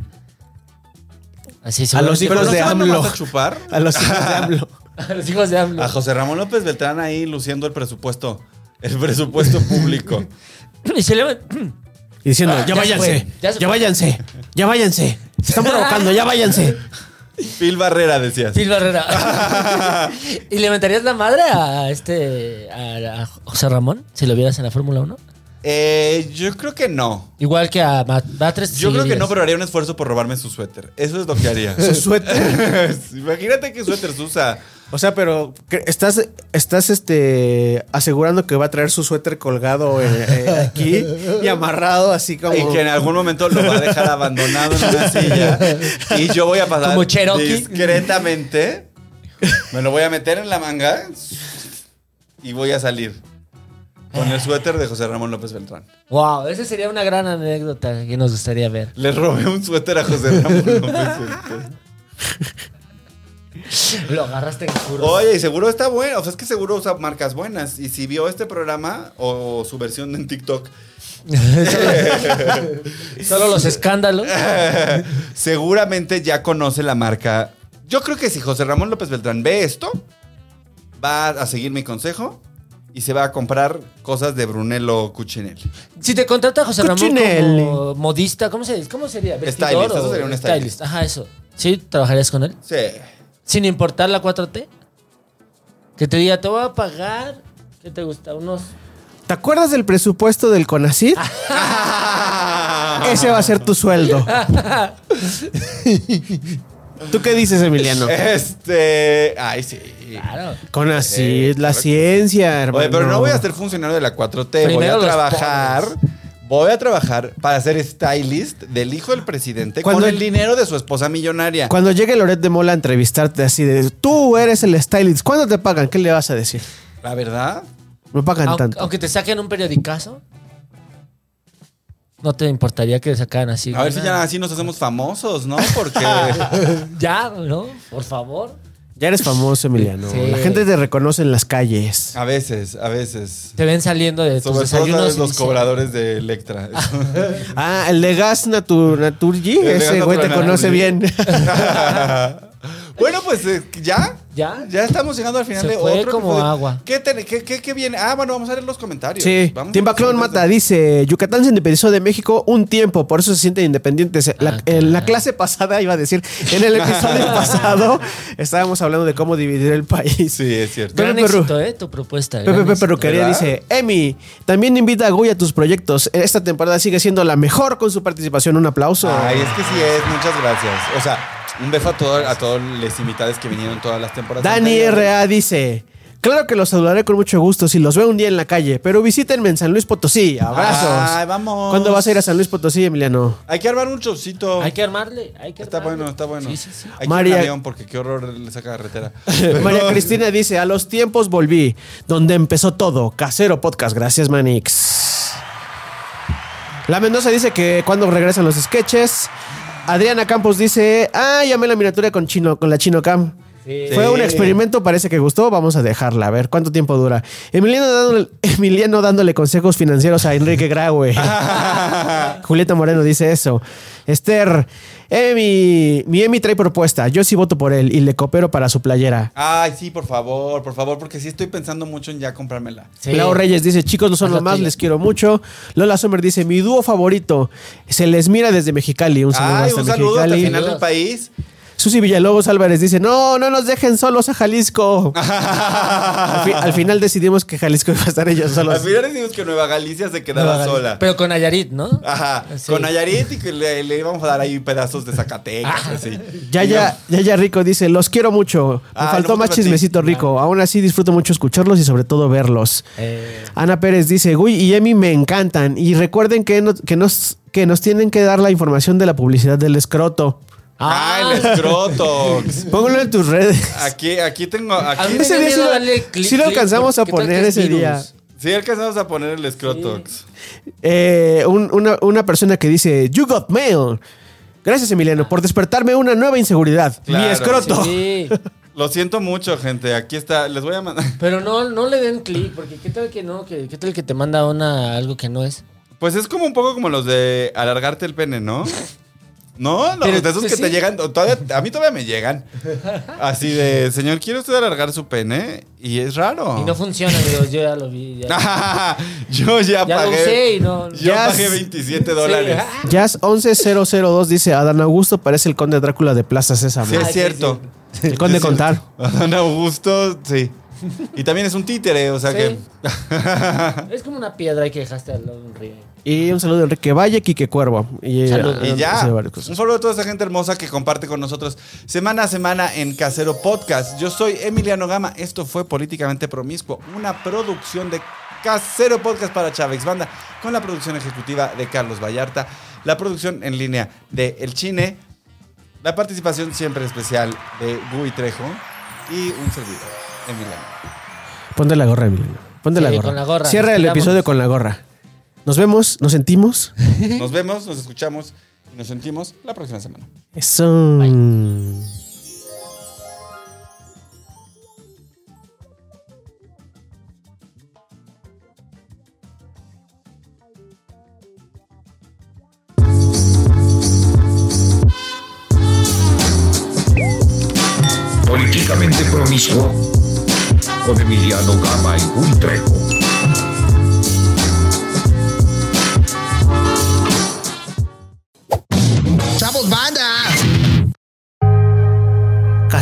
Así A los seguramente- hijos ¿no de se van AMLO. nomás a chupar? A los hijos de AMLO. A los hijos de AMLO. A José Ramón López Beltrán ahí luciendo el presupuesto. El presupuesto público. Y se le- Diciendo, ya, Ah, ya se váyanse, fue, ya, ya se fue". váyanse, ya váyanse. Se están provocando, ya váyanse. Phil Barrera decías. Phil Barrera. ¿Y le mentarías la madre a este. a, a José Ramón si lo vieras en la Fórmula 1? Eh, yo creo que no. Igual que a Mat- Batres. Yo sí, creo que dirías. no, pero haría un esfuerzo por robarme su suéter. Eso es lo que haría. Su suéter. Imagínate qué suéter se usa. O sea, pero ¿qué- estás, estás este, asegurando que va a traer su suéter colgado eh, eh, aquí y amarrado así como... Y que en algún momento lo va a dejar abandonado en una silla. Y yo voy a pasar Como Cherokee. discretamente. Me lo voy a meter en la manga. Y voy a salir. Con el suéter de José Ramón López Beltrán. Wow, esa sería una gran anécdota que nos gustaría ver. Le robé un suéter a José Ramón López Beltrán. Lo agarraste en curva. Oye, y seguro está bueno. O sea, es que seguro usa marcas buenas. Y si vio este programa o su versión en TikTok, Solo los escándalos. seguramente ya conoce la marca. Yo creo que si José Ramón López Beltrán ve esto, va a seguir mi consejo y se va a comprar cosas de Brunello Cucinelli. Si te contrata José Ramón Cuccinelli. como modista, ¿cómo, se, ¿cómo sería? ¿Vestidor Stylist, o eso sería un stylist. Ajá, eso. ¿Sí? ¿Trabajarías con él? Sí. Sin importar la 4T. Que te diga, te voy a pagar. ¿Qué te gusta? Unos. ¿Te acuerdas del presupuesto del CONACYT? Ese va a ser tu sueldo. ¿Tú qué dices, Emiliano? Este. Ay, sí. Claro. CONACYT, la ciencia, hermano. Oye, pero no voy a ser funcionario de la 4T. voy Primero a los trabajar. Voy a trabajar para ser stylist del hijo del presidente Cuando- con el dinero de su esposa millonaria. Cuando llegue Loret de Mola a entrevistarte así de... Tú eres el stylist. ¿Cuándo te pagan? ¿Qué le vas a decir? La verdad. Me pagan Aunque, tanto. aunque te saquen un periodicazo. No te importaría que sacaran así. A ver si una- ya así nos hacemos famosos, ¿no? Porque. Ya, ¿no? Por favor. Ya eres famoso, Emiliano. Sí. La gente te reconoce en las calles. A veces, a veces. Te ven saliendo de tus Sobre todo desayunos. ¿sabes? y los dicen, cobradores de Electra. Ah, el de Gas Natur Naturgy, El de Gas ese güey te Naturgy. conoce bien. Bueno, pues eh, ya. ¿Ya? Ya estamos llegando al final Se de fue otro como episodio. agua. ¿Qué, ten- qué, qué- qué viene? Ah, bueno, vamos a ver los comentarios. Sí. Vamos a Timba ver los Clon comentarios. Mata dice: Yucatán se independizó de México un tiempo, por eso se siente independiente. Se- La, Ah, en la caray. clase pasada, iba a decir, en el episodio pasado, estábamos hablando de cómo dividir el país. Sí, es cierto. Pepe Gran Perru. éxito, ¿eh? Tu propuesta. gran Pepe Pepe éxito. Perruquería ¿Verdad? dice: Emi, también invita a Guy a tus proyectos. Esta temporada sigue siendo la mejor con su participación. Un aplauso. Ay, es que sí es. Muchas gracias. O sea, un beso a todos a todos los invitados que vinieron todas las temporadas. Dani anteriores. R.A. dice: Claro que los saludaré con mucho gusto si los veo un día en la calle, pero visítenme en San Luis Potosí. Abrazos. Ay, vamos. ¿Cuándo vas a ir a San Luis Potosí, Emiliano? Hay que armar un showcito. Hay que armarle. Hay que Está armarle. bueno, está bueno. Sí, sí, sí. Hay que ir María- en avión porque qué horror esa carretera. María Cristina dice: A los tiempos volví, donde empezó todo. Casero podcast. Gracias, Manix. La Mendoza dice que cuando regresan los sketches. Adriana Campos dice: Ah, llamé la miniatura con, chino, con la Chino Cam. Fue un experimento, parece que gustó. Vamos a dejarla, a ver cuánto tiempo dura. Emiliano dándole, Emiliano dándole consejos financieros a Enrique Graue. Julieta Moreno dice eso. Esther, Emi, mi Emi trae propuesta. Yo sí voto por él y le coopero para su playera. Ay, sí, por favor, por favor, porque sí estoy pensando mucho en ya comprármela. Sí. Lau Reyes dice, chicos, no son lo Hazla más, tuya. les quiero mucho. Lola Sommer dice, mi dúo favorito. Se les mira desde Mexicali. Un saludo Ay, hasta un saludo hasta el Mexicali. final del país. Susi Villalobos Álvarez dice, no, no nos dejen solos a Jalisco. al, fi- al final decidimos que Jalisco iba a estar ellos Al solos. final decimos que Nueva Galicia se quedaba sola. Pero con Ayarit, ¿no? Ajá, Ah, Sí. con Nayarit y que le, le íbamos a dar ahí pedazos de Zacatecas, así. Ya, ya, ya, ya, Rico dice, los quiero mucho. Me Ay, faltó no, más pues, a ti. chismecito rico. Aún así disfruto mucho escucharlos y sobre todo verlos. Eh, Eh, Ana Pérez dice, Guy y Emi me encantan. Y recuerden que, no- que, nos, que nos tienen que dar la información de la publicidad del escroto. ¡Ah, el escroto! Póngalo en tus redes. Aquí, aquí tengo, Pues, A mí aquí... me Ese dio día sí miedo lo- darle clic, sí lo clic, alcanzamos a porque tal que poner es ese virus. día. Sí, alcanzamos a poner el escrotox. Eh, un- una, una persona que dice, You got mail. Gracias, Emiliano, por despertarme una nueva inseguridad. Mi Claro, escroto. Sí. Lo siento mucho, gente. Aquí está. Les voy a mandar. Pero no, no le den clic, porque qué tal que no, que, qué tal que te manda una algo que no es. Pues es como un poco como los de alargarte el pene, ¿no? No, los Pero, de esos pues, que te sí. llegan, o todavía- a mí todavía me llegan. Así de, señor, ¿quiere usted alargar su pene? Y es raro. Y no funciona, amigos. Yo ya lo vi. Ya, Ah, Yo ya, ya lo pagué. usé y no. Yo Ya pagué s- 27 dólares. Sí, Ah, Jazz 11002 dice, Adán Augusto parece el conde Drácula de Plaza Sésamo. Sí, es Ay, ah, sí, cierto. el conde Contar. Don Augusto, sí. Y también es un títere, o sea Sí. que. Es como una piedra que dejaste al lado de un río. Y un saludo a Enrique Valle, Quique Cuervo. Y, Salud. eh, Y ya, sí, varias un cosas. saludo a toda esa gente hermosa que comparte con nosotros semana a semana en Casero Podcast. Yo soy Emiliano Gama, esto fue Políticamente Promiscuo, una producción de Casero Podcast para Chávez Banda, con la producción ejecutiva de Carlos Vallarta, la producción en línea de El Chine, la participación siempre especial de Gui Trejo y un servidor, Emiliano. Ponte la gorra, Emiliano. Ponte Sí, la, gorra. con la gorra. Cierra el Vámonos. episodio con la gorra. Nos vemos, nos sentimos. Nos vemos, nos escuchamos y nos sentimos la próxima semana. Eso. Políticamente promiscuo con Emiliano Gama y Gui Trejo.